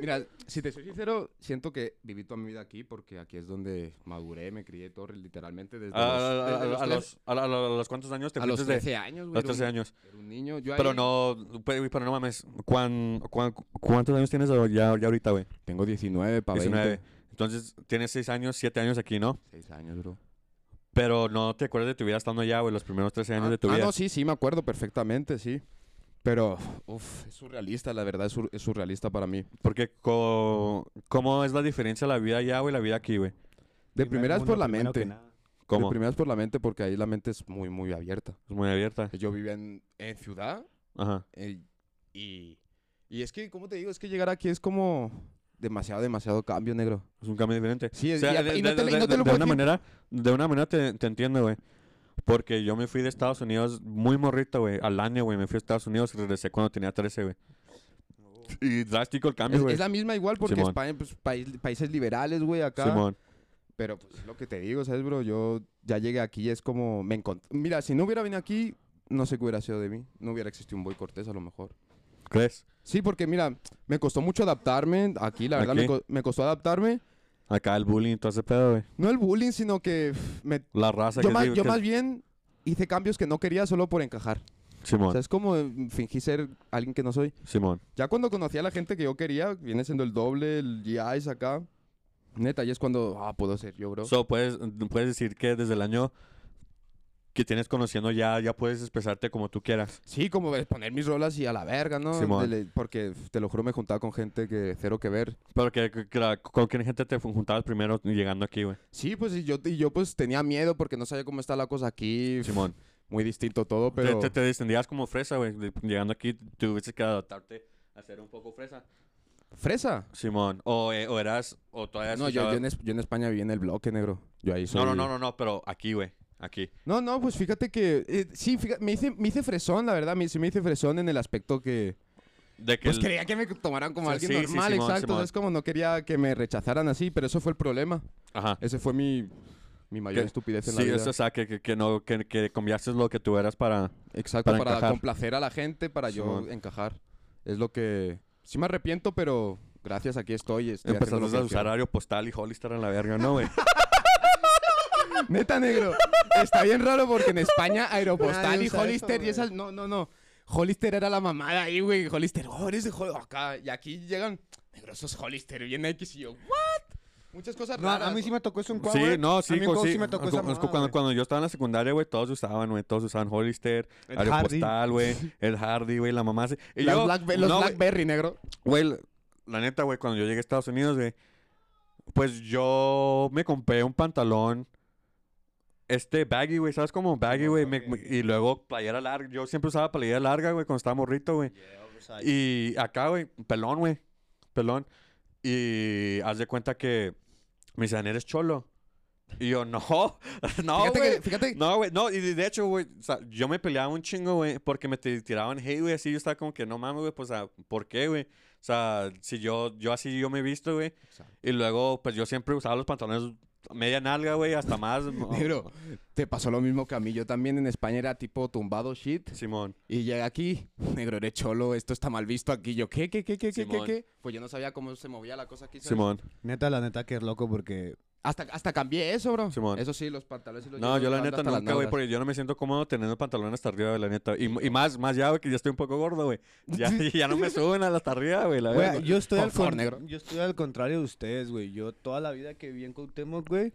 Speaker 3: Mira, si te soy sincero, siento que viví toda mi vida aquí porque aquí es donde maduré, me crié todo literalmente desde
Speaker 1: A- Ah, a-
Speaker 3: los, desde
Speaker 1: a-
Speaker 3: los
Speaker 1: a
Speaker 3: tres-
Speaker 1: los- a la- a la- a los cuántos años te
Speaker 3: a los
Speaker 1: fuiste de-
Speaker 3: 13 años, güey.
Speaker 1: los
Speaker 3: era un-
Speaker 1: 13 años.
Speaker 3: Era un niño. Yo
Speaker 1: Pero
Speaker 3: ahí-
Speaker 1: no, pero, pero no mames, ¿cuán- cuán- ¿cuántos años tienes ahor- ya, ya ahorita, güey?
Speaker 3: Tengo 19 para
Speaker 1: 19.
Speaker 3: 20.
Speaker 1: Entonces, tienes 6 años, 7 años aquí, ¿no?
Speaker 3: 6 años, bro.
Speaker 1: Pero no te acuerdas de tu vida estando allá, güey, los primeros 13 años
Speaker 3: ah,
Speaker 1: de tu
Speaker 3: ah,
Speaker 1: vida.
Speaker 3: no, sí, sí, me acuerdo perfectamente, sí. Pero, uff, es surrealista, la verdad, es, sur- es surrealista para mí.
Speaker 1: Porque, co- ¿cómo es la diferencia la vida allá, güey, la vida aquí, güey?
Speaker 3: De primera es por la
Speaker 2: Primero que
Speaker 3: mente. De
Speaker 2: nada.
Speaker 1: ¿Cómo?
Speaker 3: primera es por la mente porque ahí la mente es muy, muy abierta.
Speaker 1: Es muy abierta.
Speaker 3: Yo vivía en, en ciudad
Speaker 1: Ajá.
Speaker 3: eh, y, y es que, ¿cómo te digo? Es que llegar aquí es como demasiado, demasiado cambio, negro.
Speaker 1: Es un cambio diferente.
Speaker 3: Sí,
Speaker 1: O
Speaker 3: es-
Speaker 1: sea,
Speaker 3: y a-
Speaker 1: de,
Speaker 3: y no
Speaker 1: de-
Speaker 3: te- y
Speaker 1: de-
Speaker 3: no te
Speaker 1: de
Speaker 3: lo puedo
Speaker 1: una
Speaker 3: decir.
Speaker 1: manera, de una manera te, te entiendo, güey. Porque yo me fui de Estados Unidos muy morrito, güey. Al año, güey, me fui a Estados Unidos y regresé cuando tenía 13, güey. Y drástico el cambio,
Speaker 3: Es,
Speaker 1: güey.
Speaker 3: es la misma igual porque
Speaker 1: eh, Simón.
Speaker 3: España, pues, país- países liberales, güey, acá.
Speaker 1: Simón.
Speaker 3: Pero pues es lo que te digo, ¿sabes, bro? Yo ya llegué aquí y es como me encontré. Mira, si no hubiera venido aquí, no sé qué hubiera sido de mí. No hubiera existido un Boy Cortés a lo mejor.
Speaker 1: ¿Crees?
Speaker 3: Sí, porque mira, me costó mucho adaptarme aquí, la verdad,
Speaker 1: Aquí.
Speaker 3: me, co- me costó adaptarme.
Speaker 1: Acá el bullying y todo ese pedo, güey.
Speaker 3: No el bullying, sino que pff, me-
Speaker 1: La raza
Speaker 3: yo,
Speaker 1: que
Speaker 3: más,
Speaker 1: es-
Speaker 3: yo
Speaker 1: que-
Speaker 3: más bien hice cambios que no quería solo por encajar.
Speaker 1: Simón,
Speaker 3: O sea, es como eh, fingí ser alguien que no soy.
Speaker 1: Simón.
Speaker 3: Ya cuando conocí a la gente que yo quería, viene siendo el doble, el GIs acá. Neta, y es cuando, ah, puedo ser yo, bro.
Speaker 1: So, puedes, puedes decir que desde el año que tienes conociendo ya, ya puedes expresarte como tú quieras.
Speaker 3: Sí, como de poner mis rolas y a la verga, ¿no?
Speaker 1: Simón.
Speaker 3: De- porque te lo juro, me juntaba con gente que cero que ver.
Speaker 1: Pero que, que- que la- con qué gente te juntabas primero llegando aquí, güey.
Speaker 3: Sí, pues y yo, y yo pues tenía miedo porque no sabía cómo está la cosa aquí.
Speaker 1: Simón.
Speaker 3: Muy distinto todo,
Speaker 1: Te-
Speaker 3: pero...
Speaker 1: Te, te distendías como fresa, güey. De- Llegando aquí, tuviste que adaptarte a ser un poco fresa.
Speaker 3: ¿Fresa?
Speaker 1: Simón. O, eh, o eras, o todavía
Speaker 3: No, yo, yo en,
Speaker 1: escuchabas-
Speaker 3: Es- yo en España viví en el bloque, negro. Yo ahí soy...
Speaker 1: no, no, no, no, no, pero aquí, güey. Aquí.
Speaker 3: No, no, pues fíjate que... eh, sí, fíjate, me hice, me hice fresón, la verdad. Me, sí me hice fresón en el aspecto que...
Speaker 1: De que
Speaker 3: Pues
Speaker 1: el-
Speaker 3: creía que me tomaran como
Speaker 1: Sí,
Speaker 3: alguien
Speaker 1: sí, sí,
Speaker 3: normal,
Speaker 1: Simón,
Speaker 3: exacto.
Speaker 1: Simón.
Speaker 3: Es como no quería que me rechazaran así, pero eso fue el problema.
Speaker 1: Ajá.
Speaker 3: Ese fue mi, mi mayor
Speaker 1: Que-
Speaker 3: estupidez en la
Speaker 1: Sí,
Speaker 3: vida.
Speaker 1: es- o sea, que, que, que no, que, que cambiaste lo que tú eras para...
Speaker 3: Exacto,
Speaker 1: para
Speaker 3: para,
Speaker 1: encajar.
Speaker 3: complacer a la gente, para
Speaker 1: Simón.
Speaker 3: yo encajar. Es lo que... Sí me arrepiento, pero gracias, aquí estoy. estoy haciendo lo
Speaker 1: Empezaste
Speaker 3: que
Speaker 1: a usar
Speaker 3: quiero.
Speaker 1: Aeropostal y Hollister en la verga, ¿no, güey?
Speaker 3: Neta, negro. Está bien raro porque en España Aeropostal
Speaker 2: Nadie
Speaker 3: y
Speaker 2: usa
Speaker 3: Hollister
Speaker 2: eso,
Speaker 3: y esas... No, no, no. Hollister era la mamada ahí, güey. Hollister, oh, eres de Hollister. Acá. Y aquí llegan negrosos Hollister, bien X y yo, ¿what? Muchas cosas
Speaker 2: No,
Speaker 3: raras.
Speaker 2: a mí sí me tocó eso en Cuau,
Speaker 1: Sí,
Speaker 2: güey.
Speaker 1: no,
Speaker 2: A
Speaker 1: sí,
Speaker 2: mí en
Speaker 1: co-
Speaker 2: Cuau
Speaker 1: sí.
Speaker 2: sí me tocó
Speaker 1: Cu- cu-
Speaker 2: esa mamada,
Speaker 1: cuando,
Speaker 2: güey.
Speaker 1: cuando yo estaba en la secundaria, güey, todos usaban, güey, todos usaban Hollister,
Speaker 2: El
Speaker 1: Aeropostal, güey, el Hardy, güey, la mamá. se- Y
Speaker 3: Las
Speaker 1: yo,
Speaker 3: Blackbe- los
Speaker 1: no, güey,
Speaker 3: Blackberry, negro.
Speaker 1: Güey, la- la neta, güey, cuando yo llegué a Estados Unidos, güey, pues yo me compré un pantalón, este baggy, güey, ¿sabes cómo? Baggy, güey, me- me- y luego playera larga. Yo siempre usaba playera larga, güey, cuando estaba morrito, güey. Y acá, güey, pelón, güey, pelón. Y haz de cuenta que me dicen, eres cholo. Y yo, no, no,
Speaker 3: fíjate,
Speaker 1: güey.
Speaker 3: que, fíjate,
Speaker 1: No, güey, no, y de de hecho, güey, o sea, yo me peleaba un chingo, güey, porque me te- tiraban hate, güey, así yo estaba como que no mames, güey, pues, o sea, ¿por qué, güey? O sea, si yo, yo así yo me he visto, güey,
Speaker 3: Exacto.
Speaker 1: y luego, pues yo siempre usaba los pantalones media nalga, güey, hasta más. mo-
Speaker 3: Negro, te pasó lo mismo que a mí. Yo también en España era tipo tumbado shit.
Speaker 1: Simón,
Speaker 3: Y llegué aquí, negro, eres cholo, esto está mal visto aquí. Yo, ¿qué, qué, qué, qué, qué, qué,
Speaker 1: Simón.
Speaker 3: qué? Pues yo no sabía cómo se movía la cosa aquí. ¿sabes?
Speaker 1: Simón.
Speaker 2: Neta, la neta que es loco porque
Speaker 3: Hasta, hasta cambié eso, bro.
Speaker 1: Simón.
Speaker 3: Eso sí, los pantalones y los
Speaker 1: No,
Speaker 3: jeans
Speaker 1: yo la
Speaker 3: hasta-
Speaker 1: neta
Speaker 3: hasta las
Speaker 1: nunca, güey,
Speaker 3: nalgas.
Speaker 1: porque yo no me siento cómodo teniendo el pantalón hasta arriba, güey, la neta. Y, y más, más ya, güey, que ya estoy un poco gordo, güey. Ya, ya no me suben a la hasta arriba, güey, la
Speaker 2: Güey,
Speaker 1: verdad.
Speaker 2: yo estoy,
Speaker 3: Por
Speaker 2: al
Speaker 3: favor,
Speaker 2: con-
Speaker 3: negro.
Speaker 2: yo estoy al contrario de ustedes, güey. Yo toda la vida que viví en Cuauhtémoc, güey,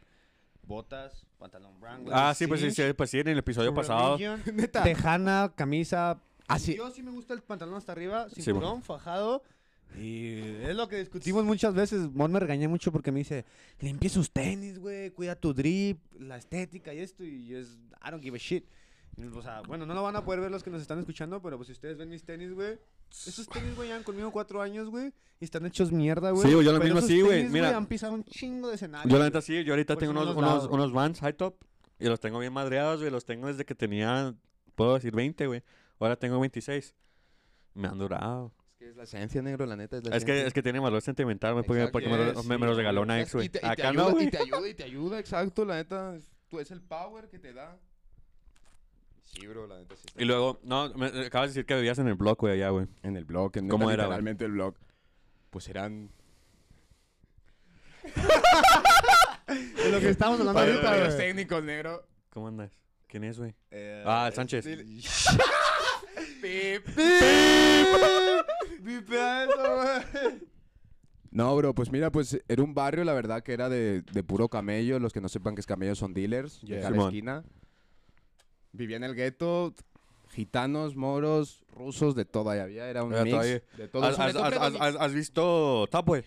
Speaker 2: botas, pantalón blanco.
Speaker 1: Ah, sí, pues sí, sí, pues sí, en el episodio pasado.
Speaker 3: Neta.
Speaker 2: Tejana, camisa.
Speaker 3: Así-
Speaker 2: Yo sí me gusta el pantalón hasta arriba,
Speaker 1: Sí,
Speaker 2: cinturón, fajado. Y es lo que discutimos muchas veces. Mon me regañé mucho porque me dice, limpia sus tenis, güey, cuida tu drip, la estética y esto. Y yo es, I don't give a shit. O sea, bueno, no lo van a poder ver los que nos están escuchando, pero pues si ustedes ven mis tenis, güey. Esos tenis, güey, llevan conmigo cuatro años, güey. Y están hechos mierda, güey.
Speaker 1: Sí, güey, yo lo
Speaker 2: Pero
Speaker 1: mismo
Speaker 2: esos
Speaker 1: sí, güey,
Speaker 2: tenis,
Speaker 1: mira.
Speaker 2: han pisado un chingo de escenario.
Speaker 1: Yo la neta sí, yo ahorita
Speaker 3: Pues
Speaker 2: Por
Speaker 1: tengo
Speaker 2: eso
Speaker 1: unos,
Speaker 2: no los
Speaker 1: unos,
Speaker 2: lavo.
Speaker 1: unos Vans high top y los tengo bien madreados, güey. Los tengo desde que tenía, puedo decir, 20, güey. Ahora tengo 26. Me han durado.
Speaker 3: que es la esencia, negro, la neta. Es, la
Speaker 1: Es que,
Speaker 3: esencia.
Speaker 1: es que tiene valor sentimental, güey, porque,
Speaker 3: Exacto,
Speaker 1: porque me, lo,
Speaker 3: yes,
Speaker 1: me- me lo
Speaker 3: sí.
Speaker 1: regaló una ex,
Speaker 3: Exacto, y
Speaker 1: güey.
Speaker 3: te- y te
Speaker 1: Acá no,
Speaker 3: ayuda,
Speaker 1: güey.
Speaker 3: Y te ayuda, y te ayuda, exacto, la neta. es- Tú es el power que te da. Sí, bro, la neta sí está.
Speaker 1: Y luego, no, me, eh, acabas de decir que vivías en el blog, güey, allá, güey.
Speaker 3: En el blog, en
Speaker 1: ¿Cómo
Speaker 3: neta,
Speaker 1: era, güey?
Speaker 3: literalmente el blog. Pues eran.
Speaker 2: De lo que estamos hablando
Speaker 1: Para-
Speaker 2: ahorita,
Speaker 1: para-
Speaker 2: güey.
Speaker 3: técnicos, negro.
Speaker 1: ¿Cómo andas? ¿Quién es, güey?
Speaker 2: Eh,
Speaker 1: Ah, el Sánchez.
Speaker 2: dile-
Speaker 3: Pip.
Speaker 2: Vipea eso, güey.
Speaker 3: No, bro, pues mira, pues era un barrio, la verdad, que era de, de puro camello. Los que no sepan que es camello son dealers
Speaker 2: Yeah.
Speaker 3: de cada
Speaker 1: Simón.
Speaker 3: esquina. Vivía en el gueto, gitanos, moros, rusos, de todo ahí había. Era un
Speaker 1: Era
Speaker 3: mix
Speaker 1: todo ahí.
Speaker 3: de todo.
Speaker 1: ¿Has,
Speaker 3: un
Speaker 1: has-
Speaker 3: neto
Speaker 1: has-
Speaker 3: predomin-
Speaker 1: has- has visto Top, güey?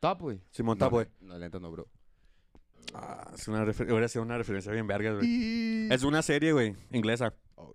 Speaker 3: Top, güey.
Speaker 1: Simón
Speaker 3: No,
Speaker 1: Top, güey.
Speaker 3: No, lento no, bro.
Speaker 1: Ah, es una refer- hubiera sido una referencia bien vergas, güey. Es una serie, güey, inglesa.
Speaker 3: Oh.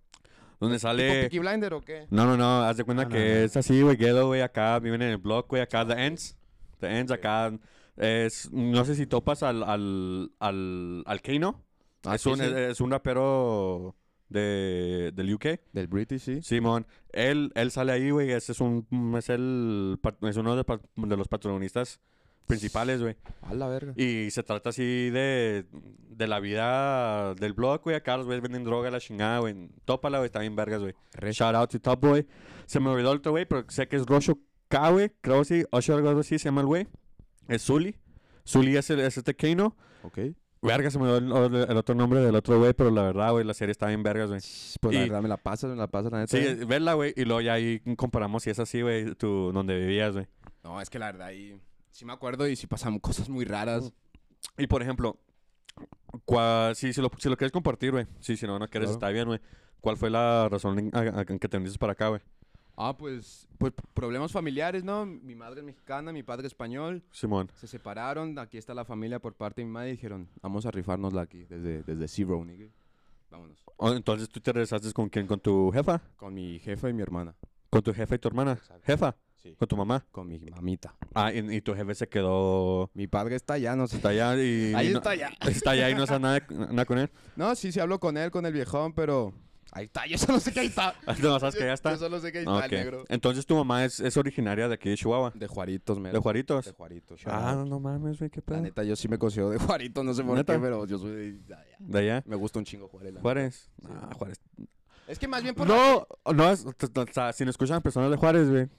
Speaker 1: Donde
Speaker 3: Pues, ¿Tipo
Speaker 1: sale...
Speaker 3: Peaky Blinder o qué?
Speaker 1: No, no, no, haz de cuenta
Speaker 2: Ah, no,
Speaker 1: que
Speaker 2: no.
Speaker 1: es así, güey, ghetto, güey, acá viven en el block, güey, acá The Ends, The Ends, acá es, no sé si topas al, al, al, al Kano,
Speaker 3: Ah,
Speaker 1: es,
Speaker 3: sí,
Speaker 1: un,
Speaker 3: sí.
Speaker 1: es, un rapero de, del UK,
Speaker 3: Del British, sí.
Speaker 1: Simón, él, él sale ahí, güey, ese es un, es el, pat- es uno de, pa- de los protagonistas principales, güey,
Speaker 3: A la verga.
Speaker 1: y se trata así de, de la vida del block, güey, acá los güeyes venden droga, la chingada, güey, tópala, güey, está bien vergas, güey.
Speaker 3: Re-
Speaker 1: Shout out to Top Boy. Se me olvidó el otro güey, pero sé que es Rosho K, güey. Creo que sí, Osho algo así se llama el güey. Es Zully. Zully es, el, es este Kano.
Speaker 3: Ok.
Speaker 1: Verga, se me olvidó el, el otro nombre del otro güey, pero la verdad, güey, la serie está bien vergas, güey.
Speaker 3: Pues
Speaker 1: Y-
Speaker 3: la verdad me la pasas, me la pasas, la neta.
Speaker 1: Sí, verla, güey, y luego ya ahí comparamos si es así, güey, tú, donde vivías, güey.
Speaker 3: No, es que la verdad ahí sí me acuerdo y sí pasan cosas muy raras.
Speaker 1: Y por ejemplo, cua- si, si, lo, si lo quieres compartir, güey, si, si no, no quieres,
Speaker 3: Claro.
Speaker 1: está bien, güey. ¿Cuál fue la razón en, a- a- en que te viniste para acá, güey?
Speaker 3: Ah, pues, pues problemas familiares, ¿no? Mi madre es mexicana, mi padre español.
Speaker 1: Simón.
Speaker 3: Se separaron, aquí está la familia por parte de mi madre y dijeron, vamos a rifárnosla aquí, desde, desde Zero, nigga. Vámonos.
Speaker 1: Oh, Entonces tú te regresaste con quién? ¿Con tu jefa?
Speaker 3: Con mi jefa y mi hermana.
Speaker 1: ¿Con tu jefa y tu hermana?
Speaker 3: Exacto.
Speaker 1: ¿Jefa?
Speaker 3: Sí.
Speaker 1: ¿Con tu mamá?
Speaker 3: Con mi mamita.
Speaker 1: Ah, y, y tu jefe se quedó.
Speaker 3: Mi padre está allá, no sé.
Speaker 1: Está allá y.
Speaker 3: Ahí
Speaker 1: y no-
Speaker 3: está allá.
Speaker 1: Está allá y no sabe nada, nada con él.
Speaker 3: No, sí, sí hablo con él, con el viejón, pero... Ahí está, yo solo sé que ahí está.
Speaker 1: No, sabes que ya
Speaker 3: Yo
Speaker 1: está.
Speaker 3: solo sé que ahí
Speaker 1: Ah,
Speaker 3: está
Speaker 1: ok.
Speaker 3: el negro.
Speaker 1: Entonces tu mamá es, es originaria de aquí de Chihuahua.
Speaker 3: De Juaritos, mero.
Speaker 1: De Juaritos.
Speaker 3: De Juaritos.
Speaker 1: Ah, no, no mames, güey, qué
Speaker 3: La
Speaker 1: pedo.
Speaker 3: neta, yo sí me considero de Juarito, no sé por
Speaker 1: ¿Neta?
Speaker 3: qué, pero yo soy de allá.
Speaker 1: De allá.
Speaker 3: Me gusta un chingo Juárez. la
Speaker 1: Juárez. Ah, Juárez.
Speaker 3: neta. Es que más bien por...
Speaker 1: No, no es. t- t- O sea, si nos escuchan personas de Juárez, güey.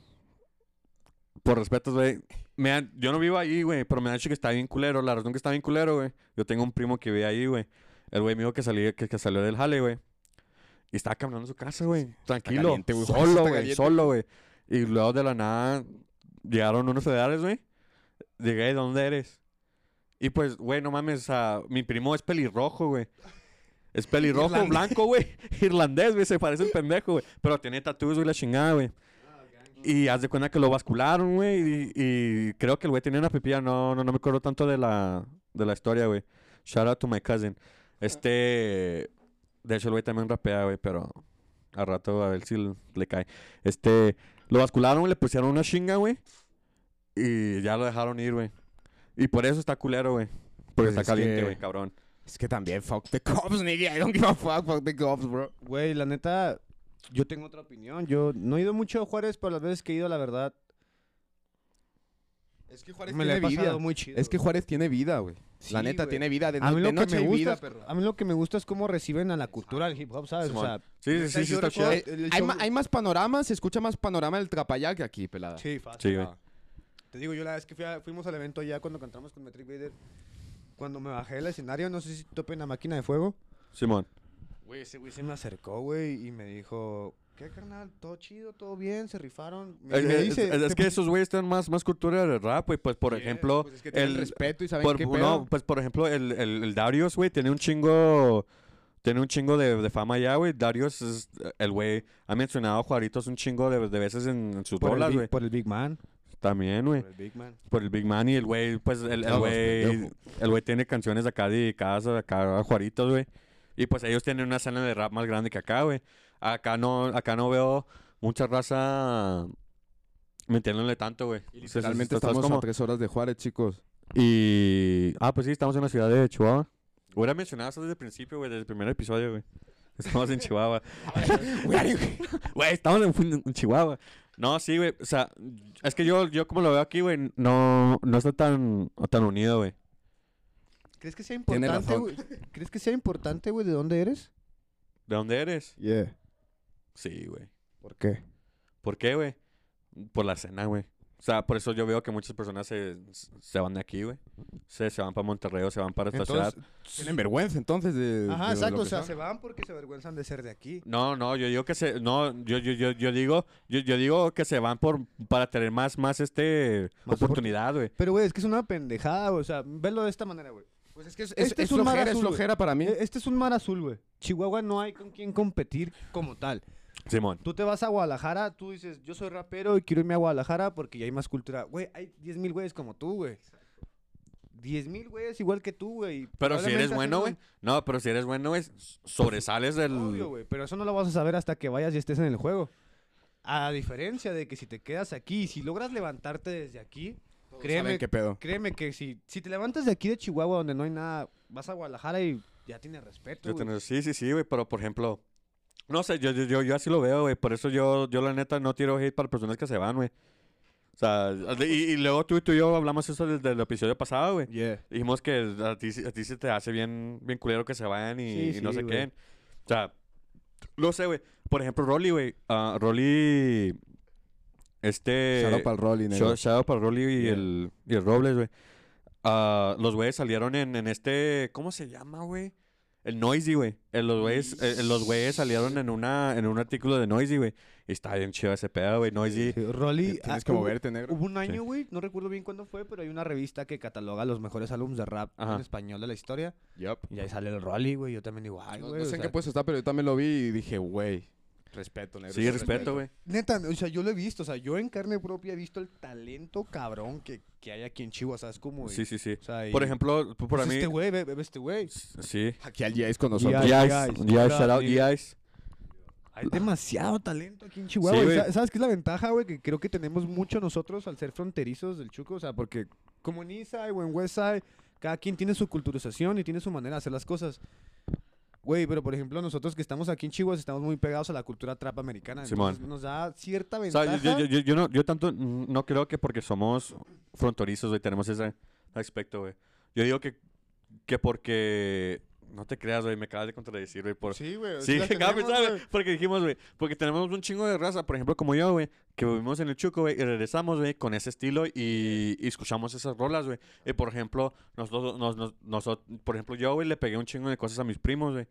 Speaker 1: Por respetos, güey. Me han- yo no vivo ahí, güey, pero me han dicho que está bien culero. La razón que está bien culero, güey. Yo tengo un primo que vive ahí, güey. El güey mío que, salí- que, que salió del jale, güey. Y estaba caminando en su casa, güey. Tranquilo.
Speaker 3: caliente, güey. Juárez
Speaker 1: solo,
Speaker 3: está
Speaker 1: güey.
Speaker 3: caliente.
Speaker 1: Solo, güey. Y luego de la nada llegaron unos federales, güey. Llegué, ¿dónde eres? Y pues, güey, no mames, o sea, mi primo es pelirrojo, güey. Es pelirrojo,
Speaker 3: Irlandés.
Speaker 1: blanco, güey. Irlandés, güey, se parece un pendejo, güey. Pero tiene tatuajes, güey, la chingada, güey. Y haz de cuenta que lo bascularon, güey. Y, y creo que el güey tenía una pipilla. No, no, no me acuerdo tanto de la, de la historia, güey. Shout out to my cousin.
Speaker 3: Ah.
Speaker 1: Este. De hecho, el güey también rapea, güey, pero a rato a ver si l- le cae. Este. Lo bascularon, le pusieron una chinga, güey. Y ya lo dejaron ir, güey. Y por eso está culero, güey. Porque
Speaker 3: Pues
Speaker 1: está
Speaker 3: es
Speaker 1: caliente,
Speaker 3: que-
Speaker 1: güey, cabrón.
Speaker 3: Es que también, fuck the cops, nigga. I don't give a fuck, fuck the cops, bro.
Speaker 2: Güey, la neta, yo tengo otra opinión. Yo no he ido mucho a Juárez, pero las veces que he ido, la verdad,
Speaker 3: Es que Juárez
Speaker 2: me la he
Speaker 3: tiene
Speaker 2: pasado
Speaker 3: vida.
Speaker 2: muy chido.
Speaker 3: Es que Juárez tiene vida, güey. la
Speaker 2: Sí,
Speaker 3: neta,
Speaker 2: güey.
Speaker 3: tiene vida. De,
Speaker 2: a mí,
Speaker 3: de
Speaker 2: lo que
Speaker 3: noche
Speaker 2: me
Speaker 3: hay
Speaker 2: gusta, pues,
Speaker 3: vida,
Speaker 2: es- a mí lo que me gusta es cómo reciben a la cultura del hip hop, ¿sabes? O
Speaker 1: Simón.
Speaker 2: sea,
Speaker 1: Sí, sí,
Speaker 2: neta,
Speaker 1: sí, sí,
Speaker 2: yo
Speaker 1: está
Speaker 2: recuerdo-
Speaker 1: chido.
Speaker 3: Eh,
Speaker 2: el
Speaker 3: hay,
Speaker 2: show-
Speaker 3: ma- hay más panoramas, se escucha más panorama del Trapayá que aquí, pelada.
Speaker 2: Sí, fácil.
Speaker 1: Sí, güey.
Speaker 2: Te digo, yo la vez que fui a- fuimos al evento allá cuando cantamos con Metric Vader, cuando me bajé del escenario, no sé si topen la máquina de fuego.
Speaker 1: Simón.
Speaker 2: Güey, ese güey se me acercó, güey, y me dijo, ¿qué carnal? ¿Todo chido? ¿Todo bien? ¿Se rifaron? Me,
Speaker 1: Es,
Speaker 2: me
Speaker 1: es-
Speaker 2: dice,
Speaker 1: Eh, es- es
Speaker 2: "Te
Speaker 1: que
Speaker 2: pu-
Speaker 1: esos güeyes tienen más, más cultura de rap, güey. Pues, por ejemplo,
Speaker 3: este Pues es que tienen
Speaker 1: el,
Speaker 3: respeto y saben
Speaker 1: por,
Speaker 3: qué
Speaker 1: no,
Speaker 3: pedo.
Speaker 1: pues, por ejemplo, el, el, el Darius, güey, tiene un chingo... Tiene un chingo de, de fama ya, güey. Darius es eh, el güey... Ha mencionado a Juaritos un chingo de, de veces en, en sus
Speaker 2: por, el
Speaker 1: rolas,
Speaker 2: big,
Speaker 1: güey.
Speaker 2: por el Big Man.
Speaker 1: También, güey.
Speaker 2: Por el Big Man.
Speaker 1: Por el Big Man y el güey, pues, el el
Speaker 3: Todos,
Speaker 1: güey...
Speaker 3: pendejo.
Speaker 1: El güey tiene canciones acá dedicadas a, acá a Juaritos, güey. Y, pues, ellos tienen una escena de rap más grande que acá, güey. Acá no, acá no veo mucha raza metiéndole tanto, güey. O sea, si
Speaker 3: Realmente
Speaker 1: estás
Speaker 3: estamos
Speaker 1: como-
Speaker 3: a tres horas de Juárez, chicos.
Speaker 1: y. Ah, pues sí, estamos en la ciudad de Chihuahua. Hubiera mencionado eso desde el principio, güey, desde el primer episodio, güey. Estamos en Chihuahua. Güey, estamos en, en Chihuahua. No, sí, güey. O sea, es que yo, yo como lo veo aquí, güey, no, no está tan, tan unido, güey.
Speaker 2: ¿Crees que sea
Speaker 3: Tiene
Speaker 2: importante, güey? ¿Crees que sea importante, güey, de dónde eres?
Speaker 1: ¿De dónde eres?
Speaker 2: Yeah.
Speaker 1: Sí, güey.
Speaker 2: ¿Por qué?
Speaker 1: ¿Por qué, güey? Por la cena, güey. O sea, por eso yo veo que muchas personas se, se van de aquí, güey. Se, se van para Monterrey o se van para esta ciudad.
Speaker 3: Tienen vergüenza entonces de.
Speaker 2: Ajá,
Speaker 3: de
Speaker 2: exacto.
Speaker 3: lo
Speaker 2: O
Speaker 3: que
Speaker 2: sea,
Speaker 3: son.
Speaker 2: se van porque se avergüenzan de ser de aquí.
Speaker 1: No, no, yo digo que se, no, yo, yo, yo, yo digo, yo, yo digo que se van por, para tener más, más este,
Speaker 2: Más
Speaker 1: oportunidad, güey.
Speaker 2: Pero, güey, es que es una pendejada, güey. O sea, verlo de esta manera, güey.
Speaker 3: Pues es que es,
Speaker 2: Este
Speaker 3: es,
Speaker 2: es
Speaker 3: es
Speaker 2: un mar
Speaker 3: flojera, es
Speaker 2: azul, güey.
Speaker 3: flojera para mí.
Speaker 2: E- Este es un mar azul, güey. Chihuahua no hay con quien competir como tal.
Speaker 1: Simón.
Speaker 2: Tú te vas a Guadalajara, tú dices, yo soy rapero y quiero irme a Guadalajara porque ya hay más cultura. Güey, hay 10 mil güeyes como tú, güey. 10 mil güeyes igual que tú, güey.
Speaker 1: Pero si eres
Speaker 2: Probablemente
Speaker 1: bueno, güey.
Speaker 2: hacen
Speaker 1: No, pero si eres bueno, güey, sobresales del.
Speaker 2: un- Obvio, güey. Pero eso no lo vas a saber hasta que vayas y estés en el juego. A diferencia de que si te quedas aquí y si logras levantarte desde aquí, créeme,
Speaker 3: ¿Saben qué pedo?
Speaker 2: créeme que si, si te levantas de aquí de Chihuahua donde no hay nada, vas a Guadalajara y ya tienes respeto,
Speaker 1: Yo
Speaker 2: güey.
Speaker 1: tener- sí, sí, sí, güey, pero por ejemplo, no sé, yo, yo, yo, yo así lo veo, güey, por eso yo, yo la neta no tiro hate para personas que se van, güey. O sea, y, y luego tú, tú y yo hablamos eso desde el episodio pasado, güey.
Speaker 2: Yeah.
Speaker 1: Dijimos que a ti, a ti se te hace bien, bien culero que se vayan y,
Speaker 2: Sí,
Speaker 1: y no
Speaker 2: sí,
Speaker 1: sé
Speaker 2: güey.
Speaker 1: qué. O sea, no sé, güey. Por ejemplo, Rolly, güey. ah, Rolly, este...
Speaker 3: Shout out pa'l Rolly, negro.
Speaker 1: Shout, shout out para Rolly y,
Speaker 3: Yeah.
Speaker 1: el, y el Robles, güey. Ah, los güeyes salieron en, en este. ¿Cómo se llama, güey? El Noisy, güey. Eh, Los güeyes, eh, eh, los güeyes salieron en una en un artículo de Noisy, güey. Y está bien chido ese pedo, güey. Noisy.
Speaker 2: Sí, Rolly,
Speaker 3: Tienes
Speaker 2: ah,
Speaker 3: que
Speaker 2: hubo-
Speaker 3: moverte, negro.
Speaker 2: Hubo un año, güey, no recuerdo bien cuándo fue, pero hay una revista que cataloga los mejores álbumes de rap
Speaker 1: Ajá.
Speaker 2: en español de la historia.
Speaker 3: Yup.
Speaker 2: Y ahí sale el Rolly, güey. Yo también digo, ay,
Speaker 3: No,
Speaker 2: güey.
Speaker 3: no
Speaker 2: o
Speaker 3: sé en
Speaker 2: sea,
Speaker 3: qué puesto está, pero yo también lo vi y dije, güey. Respeto, negro.
Speaker 1: Sí, respeto, güey.
Speaker 2: Neta, o sea, yo lo he visto. O sea, yo en carne propia he visto el talento cabrón que, que hay aquí en Chihuahua. ¿Sabes cómo?
Speaker 1: Sí, sí, sí.
Speaker 2: O sea, y-
Speaker 1: Por ejemplo, por
Speaker 2: Pues
Speaker 1: a mí.
Speaker 2: Este güey, ve, ve este güey.
Speaker 1: Sí.
Speaker 3: Aquí al Jace con
Speaker 2: Y
Speaker 3: nosotros.
Speaker 2: al-
Speaker 1: Yais,
Speaker 2: Yais,
Speaker 1: Yais,
Speaker 2: hola,
Speaker 1: shout out
Speaker 2: amigo.
Speaker 1: Yais.
Speaker 2: Hay demasiado talento aquí en Chihuahua.
Speaker 1: Ah. Sí,
Speaker 2: y
Speaker 1: güey.
Speaker 2: sa- ¿Sabes qué es la ventaja, güey? Que creo que tenemos mucho nosotros al ser fronterizos del Chuco. O sea, porque como en Eastside o en Westside, cada quien tiene su culturización y tiene su manera de hacer las cosas. Güey, pero por ejemplo, nosotros que estamos aquí en Chihuahua estamos muy pegados a la cultura trap americana. Entonces,
Speaker 1: Simón.
Speaker 2: nos da cierta
Speaker 1: O
Speaker 2: ventaja.
Speaker 1: sea, yo, yo, yo- yo no, yo tanto mm, no creo que porque somos frontorizos, güey, tenemos ese aspecto, güey. Yo digo que, que porque. No te creas, güey, me acabas de contradecir, güey. Por,
Speaker 2: Sí, güey.
Speaker 1: Sí,
Speaker 2: la
Speaker 1: que acabo de
Speaker 2: tenemos,
Speaker 1: pensar, güey,
Speaker 2: güey.
Speaker 1: Porque dijimos, güey, porque tenemos un chingo de raza, por ejemplo, como yo, güey, que vivimos en el Chuco, güey, y regresamos, güey, con ese estilo y, y escuchamos esas rolas, güey. Y por ejemplo, nosotros, nos, nos- noso- por ejemplo, yo, güey, le pegué un chingo de cosas a mis primos, güey.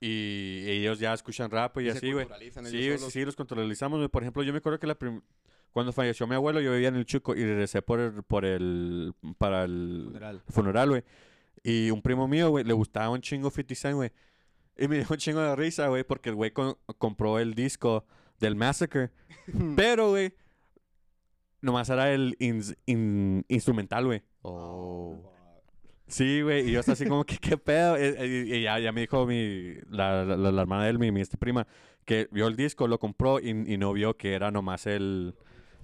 Speaker 1: Y ellos ya escuchan rap y,
Speaker 3: Y se
Speaker 1: así, güey.
Speaker 3: culturalizan ellos
Speaker 1: Sí, güey, sí,
Speaker 3: solos.
Speaker 1: sí, los controlizamos, güey. Por ejemplo, yo me acuerdo que la prim- cuando falleció mi abuelo, yo vivía en el Chuco y regresé por el, por el, para el
Speaker 2: Funeral.
Speaker 1: funeral, güey. Y un primo mío, güey, le gustaba un chingo 50 Cent, güey. Y me dio un chingo de risa, güey, porque el güey co- compró el disco del Massacre. pero, güey, nomás era el ins- in- instrumental, güey.
Speaker 3: Ah,
Speaker 1: Sí, güey, y yo estaba así como que qué pedo. Eh, eh, Y, ya, ya me dijo mi, la, la- la- la hermana de él, mi, mi este prima, que vio el disco, lo compró y, y no vio que era nomás el,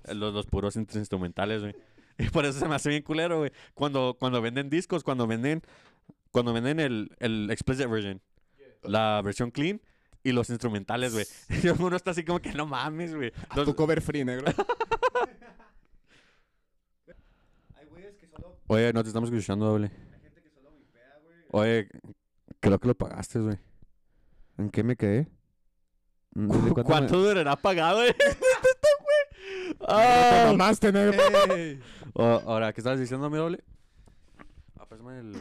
Speaker 1: los, los puros in- instrumentales, güey. Y por eso se me hace bien culero, güey. Cuando, cuando venden discos, cuando venden, cuando venden el, el explicit version, la versión clean y los instrumentales, güey. Y uno está así como que no mames, güey.
Speaker 3: Haz Tu
Speaker 1: Los-
Speaker 3: cover free, negro.
Speaker 2: Hay güeyes que solo,
Speaker 1: Oye, no te estamos escuchando, doble.
Speaker 2: hay gente que solo vipea, güey.
Speaker 1: Oye, creo que lo pagaste, güey.
Speaker 2: ¿En qué me quedé? Mm, ¿de
Speaker 1: ¿Cuánto,
Speaker 2: cuánto me-
Speaker 1: durará pagado, eh?
Speaker 3: Te
Speaker 1: Ah.
Speaker 3: mamaste, negro.
Speaker 1: O- Oh, ahora, ¿qué estás diciendo, mi doble? Apásame el...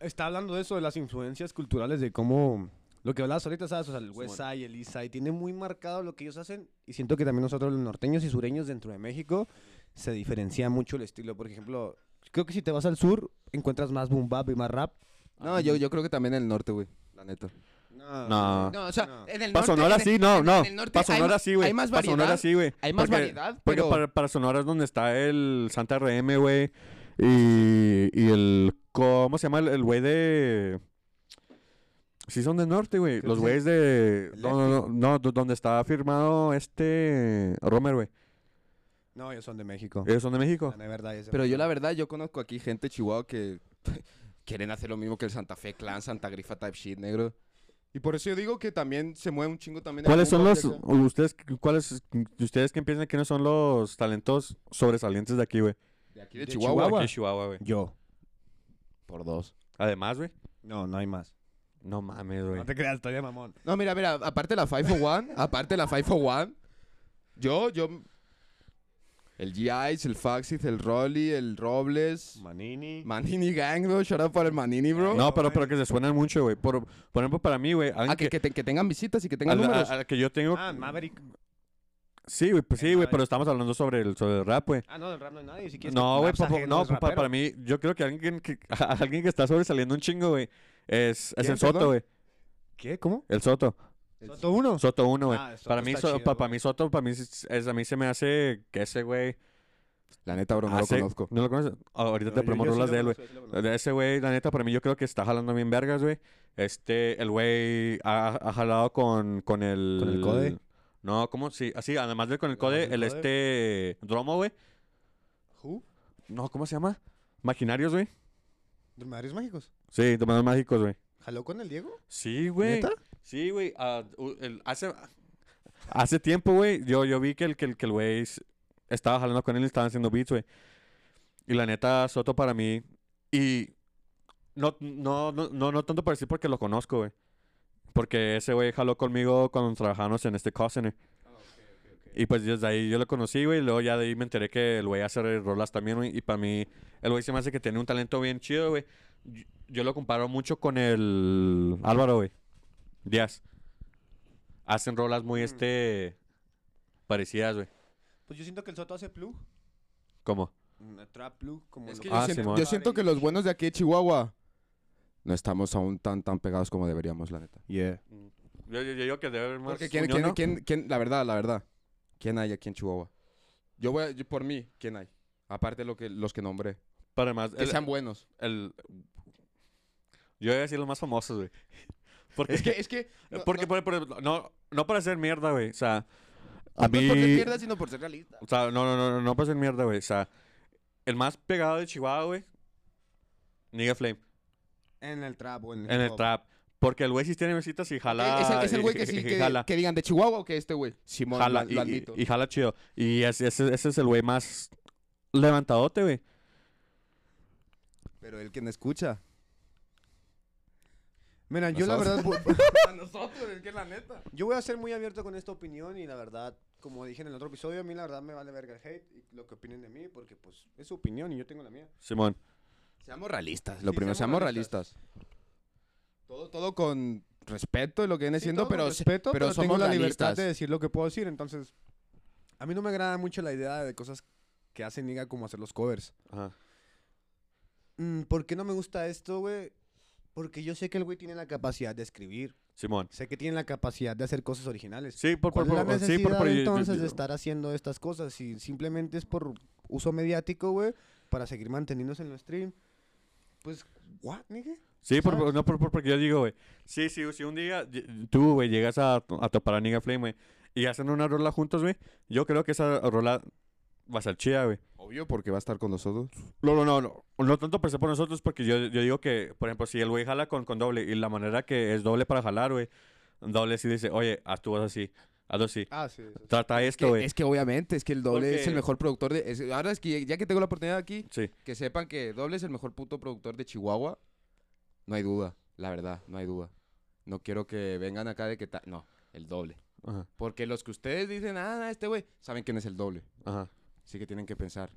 Speaker 2: Está hablando de eso, de las influencias culturales, de cómo... Lo que hablabas ahorita, ¿sabes? O sea, el
Speaker 1: Simón.
Speaker 2: West Side, el East Side, tiene muy marcado lo que ellos hacen. Y siento que también nosotros, los norteños y sureños dentro de México, se diferencia mucho el estilo. Por ejemplo, creo que si te vas al sur, encuentras más boom bap y más rap.
Speaker 3: No, yo, yo creo que también en el norte, güey. La neta.
Speaker 2: No.
Speaker 1: No.
Speaker 4: No, o sea,
Speaker 2: No.
Speaker 4: en el
Speaker 1: Para
Speaker 4: norte...
Speaker 1: Sonora
Speaker 4: en el-
Speaker 1: sí, no, no.
Speaker 4: en el norte
Speaker 1: Para
Speaker 4: hay
Speaker 1: Sonora
Speaker 4: más-
Speaker 1: sí, güey.
Speaker 4: hay más
Speaker 1: Para Sonora
Speaker 4: variedad,
Speaker 1: sí, güey.
Speaker 4: hay más
Speaker 1: Porque-
Speaker 4: variedad,
Speaker 1: Porque
Speaker 4: pero-
Speaker 1: para, para Sonora es donde está el Santa RM, güey. Y, y el... ¿Cómo se llama el el güey de...? Sí son del norte, güey.
Speaker 2: Creo
Speaker 1: Los
Speaker 2: que
Speaker 1: güeyes de...
Speaker 2: El
Speaker 1: No, no, no, no, do- Donde está firmado este... Romer, güey.
Speaker 2: No, ellos son de México.
Speaker 1: Ellos son de México.
Speaker 2: La verdad, ellos son
Speaker 3: Pero
Speaker 2: de
Speaker 3: yo la
Speaker 2: México.
Speaker 3: verdad, yo conozco aquí gente de Chihuahua que quieren hacer lo mismo que el Santa Fe Clan, Santa Grifa type shit, negro. Y por eso yo digo que también se mueve un chingo también. el
Speaker 1: ¿Cuáles son
Speaker 3: boom
Speaker 1: los.
Speaker 3: bap de acá.
Speaker 1: Ustedes, ¿cuáles, ustedes que piensan quiénes son los talentos sobresalientes de aquí, güey?
Speaker 3: De aquí de,
Speaker 2: de
Speaker 3: Chihuahua.
Speaker 2: Chihuahua?
Speaker 1: Aquí Chihuahua, güey.
Speaker 2: Yo.
Speaker 3: Por dos.
Speaker 1: Además, güey.
Speaker 2: No, no hay más.
Speaker 1: No mames, güey.
Speaker 2: No te creas, todavía mamón.
Speaker 3: No, mira, mira, aparte de la 501, aparte de la 501, yo, yo. El G.I.s, el Faxis, el Rolly, el Robles.
Speaker 2: Manini.
Speaker 3: Manini Gang, bro. Shout out para el Manini, bro.
Speaker 1: No, pero, pero que se suenan mucho, güey. Por, por ejemplo, para mí, güey. alguien
Speaker 3: Ah, que,
Speaker 1: que-
Speaker 3: que, te- que tengan visitas y que
Speaker 1: a
Speaker 3: tengan
Speaker 1: la-
Speaker 3: números.
Speaker 1: a la que yo tengo.
Speaker 2: ah, Maverick.
Speaker 1: Sí, güey, pues sí,
Speaker 2: Ah,
Speaker 1: güey,
Speaker 2: ya.
Speaker 1: pero estamos hablando sobre el, sobre el rap, güey.
Speaker 2: Ah, no, del rap no hay nadie. Si quieres
Speaker 1: No,
Speaker 2: que
Speaker 1: güey,
Speaker 2: raps
Speaker 1: pa- pa-
Speaker 2: ajenos,
Speaker 1: no, pa- pa-
Speaker 2: rapero.
Speaker 1: para mí, yo creo que alguien que, alguien que está sobresaliendo un chingo, güey, es, es
Speaker 3: ¿Quién,
Speaker 1: el Soto,
Speaker 3: perdón?
Speaker 1: güey.
Speaker 2: ¿Qué? ¿Cómo?
Speaker 1: El Soto.
Speaker 2: ¿Soto uno?
Speaker 1: Soto uno, güey.
Speaker 2: Ah, el Soto
Speaker 1: para, mí,
Speaker 2: está
Speaker 1: So-
Speaker 2: chido,
Speaker 1: pa-
Speaker 2: güey.
Speaker 1: para mí, Soto, para mí, es- es- a mí se me hace que ese güey.
Speaker 3: La neta, bro, no
Speaker 1: hace-
Speaker 3: lo conozco.
Speaker 1: ¿No lo conoces? Ah, ahorita te
Speaker 2: Yo- yo-
Speaker 1: promo
Speaker 2: yo sí
Speaker 1: rolas
Speaker 2: lo
Speaker 1: de él, güey.
Speaker 2: conozco, yo sí lo conozco.
Speaker 1: De ese güey, la neta, para mí, yo creo que está jalando bien vergas, güey. Este, el güey ha, ha jalado con, con el.
Speaker 2: ¿Con el Code?
Speaker 1: No, ¿cómo? Sí, así, además de con el
Speaker 2: Además
Speaker 1: Code, el
Speaker 2: del
Speaker 1: este. Dromo, güey.
Speaker 2: ¿Who?
Speaker 1: No, ¿cómo se llama? Maquinarios, güey.
Speaker 2: ¿Los Madres Mágicos?
Speaker 1: Sí, tomados mágicos, güey.
Speaker 2: ¿Jaló con el Diego?
Speaker 1: Sí, güey.
Speaker 2: ¿Neta?
Speaker 1: Sí, güey. ah, u- el- hace, hace tiempo, güey, yo, yo vi que el que el que el güey s- estaba jalando con él y estaban haciendo beats, güey. Y la neta, Soto para mí. Y no, no, no, no, no tanto por decir porque lo conozco, güey. Porque ese güey jaló conmigo cuando trabajamos en este Cosner. Y pues desde ahí yo lo conocí, güey. Y luego ya de ahí me enteré que el güey hace rolas también, güey. Y para mí, el güey se me hace que tiene un talento bien chido, güey. Yo, yo lo comparo mucho con el Álvaro, güey. Díaz. Hacen rolas muy, este... Parecidas, güey.
Speaker 2: Pues yo siento que el Soto hace plug.
Speaker 1: ¿Cómo?
Speaker 2: Una Mm, trap plug. Como
Speaker 3: Es
Speaker 2: lo
Speaker 3: que
Speaker 1: yo
Speaker 3: yo,
Speaker 1: Ah, siento-
Speaker 3: siento,
Speaker 1: Simón. yo
Speaker 3: que los buenos de aquí de Chihuahua no estamos aún tan, tan pegados como deberíamos, la neta.
Speaker 2: Yeah.
Speaker 1: Yo, yo, yo digo que debe haber más
Speaker 3: Porque ¿quién,
Speaker 1: unión,
Speaker 3: quién,
Speaker 1: ¿no?
Speaker 3: quién- quién- la verdad, la verdad. ¿Quién hay aquí en Chihuahua? Yo voy a- yo- por mí, ¿quién hay? Aparte de lo que, los que nombré.
Speaker 1: Para más...
Speaker 3: Que
Speaker 1: el-
Speaker 3: sean buenos.
Speaker 1: el- Yo voy a decir los más famosos, güey. Porque...
Speaker 3: Es que, es que.
Speaker 1: eh, porque, por- por- no, no para hacer mierda, güey. O sea... A mí...
Speaker 3: sino por ser realista.
Speaker 1: O sea, no, no, no, no, no para hacer mierda, güey. O sea, el más pegado de Chihuahua, güey. Nigga Flame.
Speaker 2: En el trap o en el
Speaker 1: En el
Speaker 2: hip hop.
Speaker 1: trap. Porque el güey sí tiene visitas y jala.
Speaker 3: es, el, es el güey que
Speaker 1: y-
Speaker 3: sí,
Speaker 1: y
Speaker 3: que,
Speaker 1: jala.
Speaker 3: que digan de Chihuahua o que este güey. Simón,
Speaker 1: jala.
Speaker 3: lo,
Speaker 1: y-
Speaker 3: lo
Speaker 1: y,
Speaker 3: admito.
Speaker 1: y jala chido. Y ese, ese- ese es el güey más levantadote, güey.
Speaker 2: Pero el que me escucha. Mira, yo la verdad.
Speaker 3: Nosotros.
Speaker 2: voy-
Speaker 3: a nosotros, es que la neta.
Speaker 2: Yo voy a ser muy abierto con esta opinión y la verdad, como dije en el otro episodio, a mí la verdad me vale verga el hate y lo que opinen de mí, porque pues es su opinión y yo tengo la mía.
Speaker 1: Simón.
Speaker 3: Seamos realistas. Lo
Speaker 2: Sí,
Speaker 3: primero,
Speaker 2: seamos
Speaker 3: seamos realistas. Todo, todo con respeto y lo que viene
Speaker 2: Sí,
Speaker 3: siendo,
Speaker 2: todo con
Speaker 3: pero,
Speaker 2: respeto,
Speaker 3: pero,
Speaker 2: pero
Speaker 3: somos
Speaker 2: tengo la libertad
Speaker 3: realistas.
Speaker 2: de decir lo que puedo decir, entonces a mí no me agrada mucho la idea de cosas que hacen Niga como hacer los covers.
Speaker 1: Ajá.
Speaker 2: Mm, ¿Por qué no me gusta esto, güey? Porque yo sé que el güey tiene la capacidad de escribir,
Speaker 1: Simón.
Speaker 2: sé que tiene la capacidad de hacer cosas originales.
Speaker 1: Sí, por, por,
Speaker 2: ¿Cuál es
Speaker 1: por,
Speaker 2: la
Speaker 1: por-
Speaker 2: necesidad
Speaker 1: sí, por, por- yo- yo-
Speaker 2: entonces
Speaker 1: yo-
Speaker 2: de estar haciendo estas cosas? Si simplemente es por uso mediático, güey, para seguir manteniéndose en el stream. Pues, what, nigga?
Speaker 1: Sí, por-
Speaker 2: ¿sabes?
Speaker 1: no, por, por- porque yo digo, güey. Sí, sí, si un día ll- tú, güey, llegas a, a topar a Nigga Flame, güey, y hacen una rola juntos, güey, yo creo que esa rola va a ser chida, güey.
Speaker 3: Obvio, porque va a estar con nosotros.
Speaker 1: No, no, no, no. No tanto pensé por nosotros, porque yo, yo digo que, por ejemplo, si el güey jala con, con doble y la manera que es doble para jalar, güey, doble sí dice, oye, haz tu voz así, hazlo así,
Speaker 2: Ah, sí. eso sí.
Speaker 1: trata esto,
Speaker 3: Que-
Speaker 1: güey.
Speaker 3: es que obviamente, es que el doble es el
Speaker 1: Porque-
Speaker 3: mejor productor de... es- ahora es que ya que tengo la oportunidad aquí,
Speaker 1: Sí,
Speaker 3: que sepan que doble es el mejor puto productor de Chihuahua. No hay duda, la verdad, no hay duda. No quiero que vengan acá de que... ta- No, el doble.
Speaker 1: ajá,
Speaker 3: Porque los que ustedes dicen, ah, nah, este güey, saben quién es el doble.
Speaker 1: ajá.
Speaker 3: Así que tienen que pensar.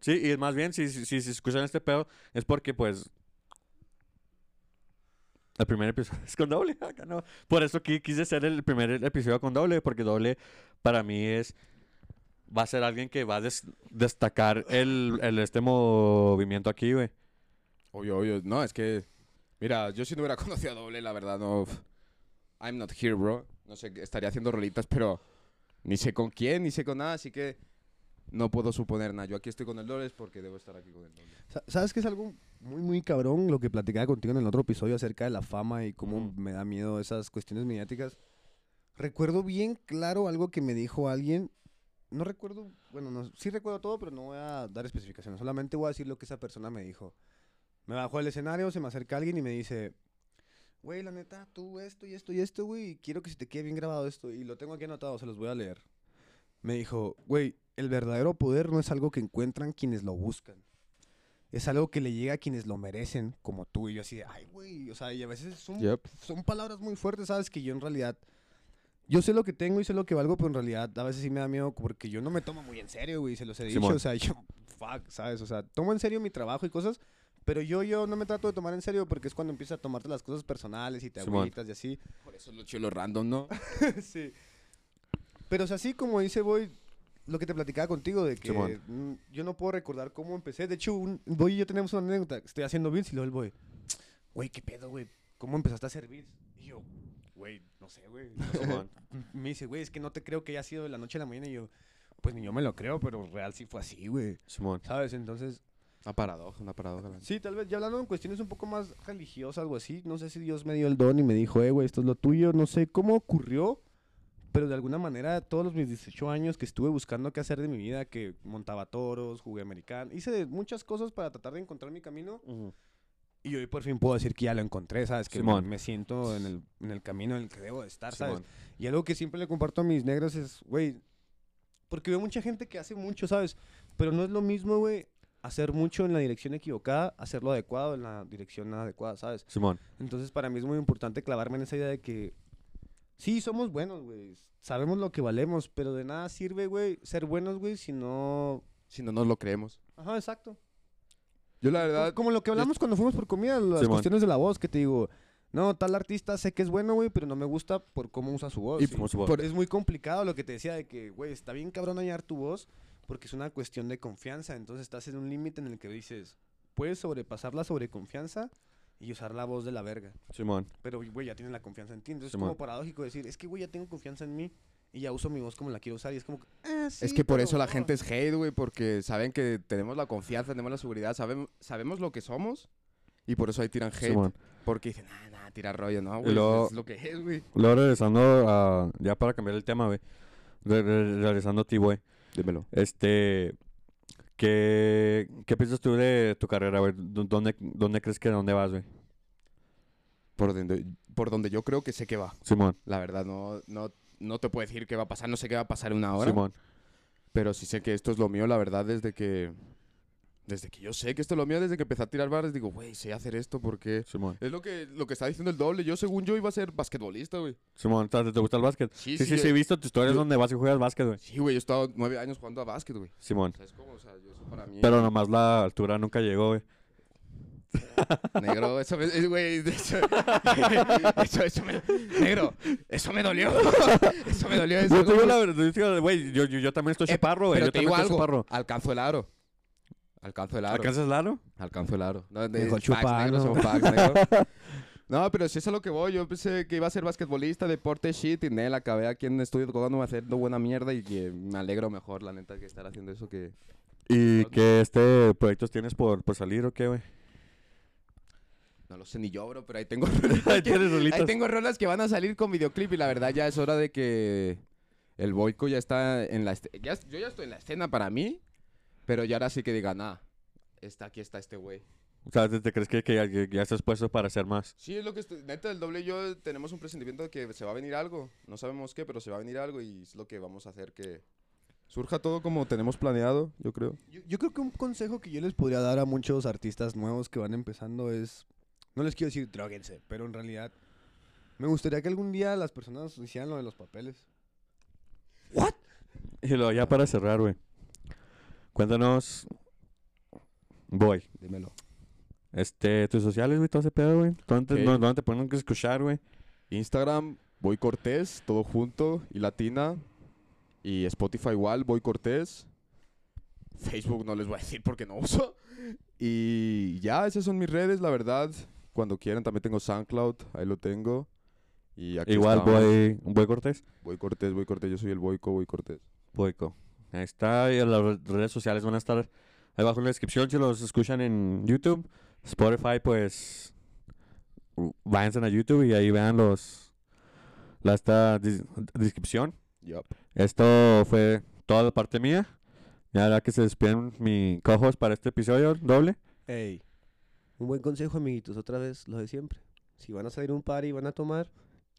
Speaker 1: Sí, y más bien, si, si, si, si escuchan este pedo, es porque, pues, el primer episodio es con doble. acá no. Por eso qui- quise hacer el primer episodio con doble, porque doble para mí es... Va a ser alguien que va a des- destacar el, el, este movimiento aquí, güey.
Speaker 3: Obvio, obvio. No, es que... Mira, yo si no hubiera conocido a doble, la verdad, no... pf, I'm not here, bro. No sé, estaría haciendo rolitas, pero... Ni sé con quién, ni sé con nada, así que... No puedo suponer nada. Yo aquí estoy con el doble es porque debo estar aquí con el doble.
Speaker 2: Sa- ¿Sabes qué es algo muy, muy cabrón lo que platicaba contigo en el otro episodio acerca de la fama y cómo
Speaker 1: Ujú.
Speaker 2: me da miedo esas cuestiones mediáticas? Recuerdo bien claro algo que me dijo alguien. No recuerdo, bueno, no, sí recuerdo todo, pero no voy a dar especificaciones. Solamente voy a decir lo que esa persona me dijo. Me bajó del escenario, se me acerca alguien y me dice, güey, la neta, tú esto y esto y esto, güey, y quiero que se te quede bien grabado esto. Y lo tengo aquí anotado, se los voy a leer. Me dijo, güey, el verdadero poder no es algo que encuentran quienes lo buscan. Es algo que le llega a quienes lo merecen, como tú. Y yo así, de, ay, güey, o sea, y a veces son,
Speaker 3: Mm. Yep.
Speaker 2: pues, son palabras muy fuertes, ¿sabes? Que yo en realidad, yo sé lo que tengo y sé lo que valgo, pero en realidad a veces sí me da miedo porque yo no me tomo muy en serio, güey, se los he dicho.
Speaker 1: Simón.
Speaker 2: O sea, yo, fuck, ¿sabes? O sea, tomo en serio mi trabajo y cosas, pero yo, yo no me trato de tomar en serio porque es cuando empiezas a tomarte las cosas personales y te
Speaker 1: Simón.
Speaker 2: agüitas y así.
Speaker 3: Por eso es lo chulo random, ¿no?
Speaker 2: sí. Pero o sea, así como dice Boy, lo que te platicaba contigo de que
Speaker 1: Simón.
Speaker 2: mm, yo no puedo recordar cómo empecé. De hecho, un, Boy y yo tenemos una anécdota. Estoy haciendo beats y luego el Boy, güey, qué pedo, güey. ¿Cómo empezaste a hacer beats? Y yo, güey, no sé, güey. no sé".
Speaker 1: Simón.
Speaker 2: me dice, güey, es que no te creo que haya sido de la noche a la mañana. Y yo, pues ni yo me lo creo, pero real sí fue así, güey.
Speaker 1: Simón.
Speaker 2: ¿Sabes? Entonces,
Speaker 3: Una paradoja, una paradoja. la-
Speaker 2: Sí, tal vez, ya hablando en cuestiones un poco más religiosas, algo así, no sé si Dios me dio el don y me dijo, eh, güey, esto es lo tuyo, no sé cómo ocurrió, pero de alguna manera todos los mis 18 años que estuve buscando qué hacer de mi vida, que montaba toros, jugué americano, hice muchas cosas para tratar de encontrar mi camino y hoy por fin puedo decir que ya lo encontré, ¿sabes? Que
Speaker 1: Simón.
Speaker 2: me siento en el, en el camino en el que debo de estar, ¿sabes?
Speaker 1: Simón.
Speaker 2: Y algo que siempre le comparto a mis negros es, güey, porque veo mucha gente que hace mucho, ¿sabes? Pero no es lo mismo, güey, hacer mucho en la dirección equivocada, hacerlo adecuado en la dirección adecuada, ¿sabes?
Speaker 1: Simón.
Speaker 2: Entonces para mí es muy importante clavarme en esa idea de que sí, somos buenos, güey, sabemos lo que valemos, pero de nada sirve, güey, ser buenos, güey, si no...
Speaker 3: Si no nos lo creemos.
Speaker 2: Ajá, exacto.
Speaker 3: Yo la verdad...
Speaker 2: Como lo que hablamos cuando fuimos por comida, las
Speaker 1: Simón.
Speaker 2: cuestiones de la voz, que te digo, no, tal artista sé que es bueno, güey, pero no me gusta por cómo usa su voz.
Speaker 1: Y pues,
Speaker 2: Sí.
Speaker 1: como su voz.
Speaker 3: Por-
Speaker 2: Es muy complicado lo que te decía de que, güey, está bien cabrón hallar tu voz porque es una cuestión de confianza. Entonces estás en un límite en el que dices, puedes sobrepasar la sobreconfianza y usar la voz de la verga.
Speaker 1: Simón.
Speaker 2: Pero, güey, ya tienes la confianza en ti. Entonces es
Speaker 1: Simón.
Speaker 2: como paradójico decir, es que, güey, ya tengo confianza en mí y ya uso mi voz como la quiero usar. Y es como, que, "Ah,
Speaker 3: Es
Speaker 2: sí,
Speaker 3: que por
Speaker 2: pero
Speaker 3: eso la
Speaker 2: no".
Speaker 3: gente es hate, güey, porque saben que tenemos la confianza, tenemos la seguridad, sabem- sabemos lo que somos y por eso ahí tiran hate.
Speaker 1: Simón.
Speaker 3: Porque dicen, ah, nah, tira rollo, no, güey,
Speaker 1: luego-
Speaker 3: es lo que es, güey.
Speaker 1: Luego regresando a. Ya para cambiar el tema, güey. Re- re- regresando a ti, güey.
Speaker 3: Dímelo.
Speaker 1: Este. ¿Qué, ¿Qué piensas tú de tu carrera, güey? ¿Dó- ¿Dónde, ¿Dónde crees que dónde vas, güey?
Speaker 3: Por donde, por donde yo creo que sé que va.
Speaker 1: Simón.
Speaker 3: La verdad, no, no, no te puedo decir qué va a pasar, no sé qué va a pasar en una hora.
Speaker 1: Simón.
Speaker 3: Pero sí sé que esto es lo mío, la verdad, desde que... Desde que yo sé que esto es lo mío, desde que empecé a tirar barras, digo, güey, sé hacer esto porque...
Speaker 1: Simón.
Speaker 3: Es lo que, lo que está diciendo el doble. Yo, según yo, iba a ser basquetbolista, güey.
Speaker 1: Simón. ¿Te, te gusta el básquet? Sí, sí, sí. He
Speaker 3: yo-
Speaker 1: visto tus historias
Speaker 3: yo-
Speaker 1: donde vas y juegas básquet, güey.
Speaker 3: Sí, güey, yo he estado nueve años jugando a básquet, güey.
Speaker 1: Simón.
Speaker 3: ¿Sabes cómo? O sea, yo eso para mí...
Speaker 1: Pero nomás la altura nunca llegó, güey.
Speaker 3: Negro, eso me... es- Güey, de hecho- eso, eso me... Negro, eso me dolió. Eso me dolió. Eso,
Speaker 1: Yo te digo
Speaker 3: como-
Speaker 1: la verdad, yo te digo, güey, yo, yo, yo también estoy
Speaker 3: Eh,
Speaker 1: chaparro, güey.
Speaker 3: Pero
Speaker 1: Yo
Speaker 3: te
Speaker 1: también
Speaker 3: digo
Speaker 1: estoy
Speaker 3: algo.
Speaker 1: chaparro.
Speaker 3: Alcanzo el aro. Alcanzo el aro.
Speaker 1: ¿Alcanzas largo?
Speaker 3: Alcanzo el aro. No, de-
Speaker 2: Dijo,
Speaker 3: facts,
Speaker 2: "Chupa,
Speaker 3: negro,
Speaker 2: ¿no?"
Speaker 3: son facts, negro. No, pero si es a lo que voy. Yo pensé que iba a ser basquetbolista, deporte, shit. Y nel, acabé aquí en estudio tocando, haciendo buena mierda. Y que me alegro mejor, la neta, que estar haciendo eso que...
Speaker 1: ¿Y qué este proyectos tienes por, por salir o qué, güey?
Speaker 3: No lo sé ni yo, bro, pero ahí tengo...
Speaker 1: Ahí tienes
Speaker 3: Ahí
Speaker 1: rolitas.
Speaker 3: tengo rolas que van a salir con videoclip y la verdad ya es hora de que el Boico ya está en la escena. yo ya estoy en la escena para mí, pero ya ahora sí que diga, nada, está, aquí está este güey.
Speaker 1: O sea, ¿te, te crees que, que ya, que ya estás puesto para hacer más?
Speaker 3: Sí, es lo que estoy... Neta, el doble y yo tenemos un presentimiento de que se va a venir algo. No sabemos qué, pero se va a venir algo y es lo que vamos a hacer que surja todo como tenemos planeado, yo creo.
Speaker 2: Yo, yo creo que un consejo que yo les podría dar a muchos artistas nuevos que van empezando es, no les quiero decir droguense, pero en realidad me gustaría que algún día las personas hicieran lo de los papeles.
Speaker 1: Y luego ya para cerrar, güey. Cuéntanos. Voy.
Speaker 3: Dímelo.
Speaker 1: Este, tus sociales, güey, todo ese pedo, güey. ¿Dónde, te-
Speaker 3: Ok.
Speaker 1: dónde te ponen que escuchar, güey?
Speaker 3: Instagram, Boy Cortés, todo junto, y Latina. Y Spotify igual, Boy Cortés. Facebook no les voy a decir porque no uso. Y ya, esas son mis redes, la verdad. Cuando quieran, también tengo SoundCloud, ahí lo tengo. Y aquí
Speaker 1: Igual,
Speaker 3: estamos.
Speaker 1: voy, voy Cortés.
Speaker 3: Boy Cortés, Boy Cortés, yo soy el Boico, Boy Cortés.
Speaker 1: Boico. Ahí está. Y las re- redes sociales van a estar abajo en la descripción. Si los escuchan en YouTube, Spotify, pues u- váyanse a YouTube y ahí vean los la esta dis- descripción.
Speaker 3: Yup.
Speaker 1: Esto fue toda la parte mía. Y ahora que se despiden mi cojos para este episodio doble.
Speaker 2: Un buen consejo, amiguitos, otra vez, lo de siempre. si van a salir a un par y van a tomar,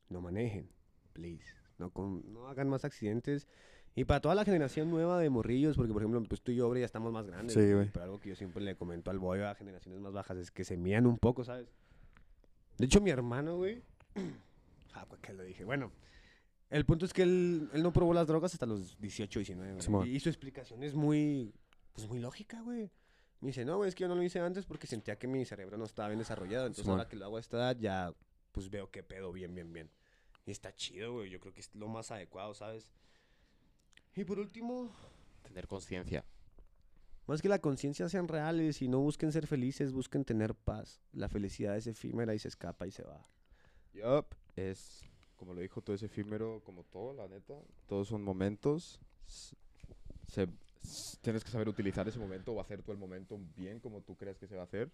Speaker 2: no manejen, please. No, con- no hagan más accidentes. Y para toda la generación nueva de morrillos, porque por ejemplo, pues tú y yo, hombre, ya estamos más grandes.
Speaker 1: Sí, güey.
Speaker 2: Pero algo que yo siempre le comento al boy a generaciones más bajas es que se mían un poco, ¿sabes? De hecho, mi hermano, güey. ah, pues que lo dije. Bueno, el punto es que él, él no probó las drogas hasta los 18, 19. güey.
Speaker 1: Simón.
Speaker 2: Y, y su explicación es muy, pues muy lógica, güey. Me dice, no, güey, es que yo no lo hice antes porque sentía que mi cerebro no estaba bien desarrollado. Entonces,
Speaker 1: Simón.
Speaker 2: ahora que lo hago a esta edad, ya, pues veo qué pedo bien, bien, bien. Y está chido, güey. Yo creo que es lo más adecuado, ¿sabes? Y por último,
Speaker 4: Tener conciencia.
Speaker 2: más que la conciencia sean reales y no busquen ser felices, busquen tener paz. La felicidad es efímera y se escapa y se va.
Speaker 3: Yup, es como lo dijo, todo es efímero, como todo, la neta. Todos son momentos. S- se- s- tienes que saber utilizar ese momento o hacer tú el momento bien como tú creas que se va a hacer.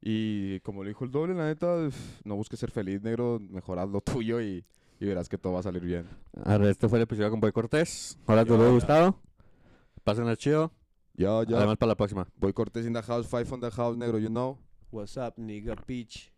Speaker 3: Y como lo dijo el doble, la neta, uf, no busques ser feliz, negro, mejorad lo tuyo y, y verás que todo va a salir bien.
Speaker 1: Arre, este fue el episodio con Boy Cortés. Ojalá te haya gustado. Pásenla chido.
Speaker 3: Yo, yo.
Speaker 1: Además, para la próxima.
Speaker 3: Boy Cortés in the house, Five on the house, negro, you know.
Speaker 2: What's up, nigga, bitch?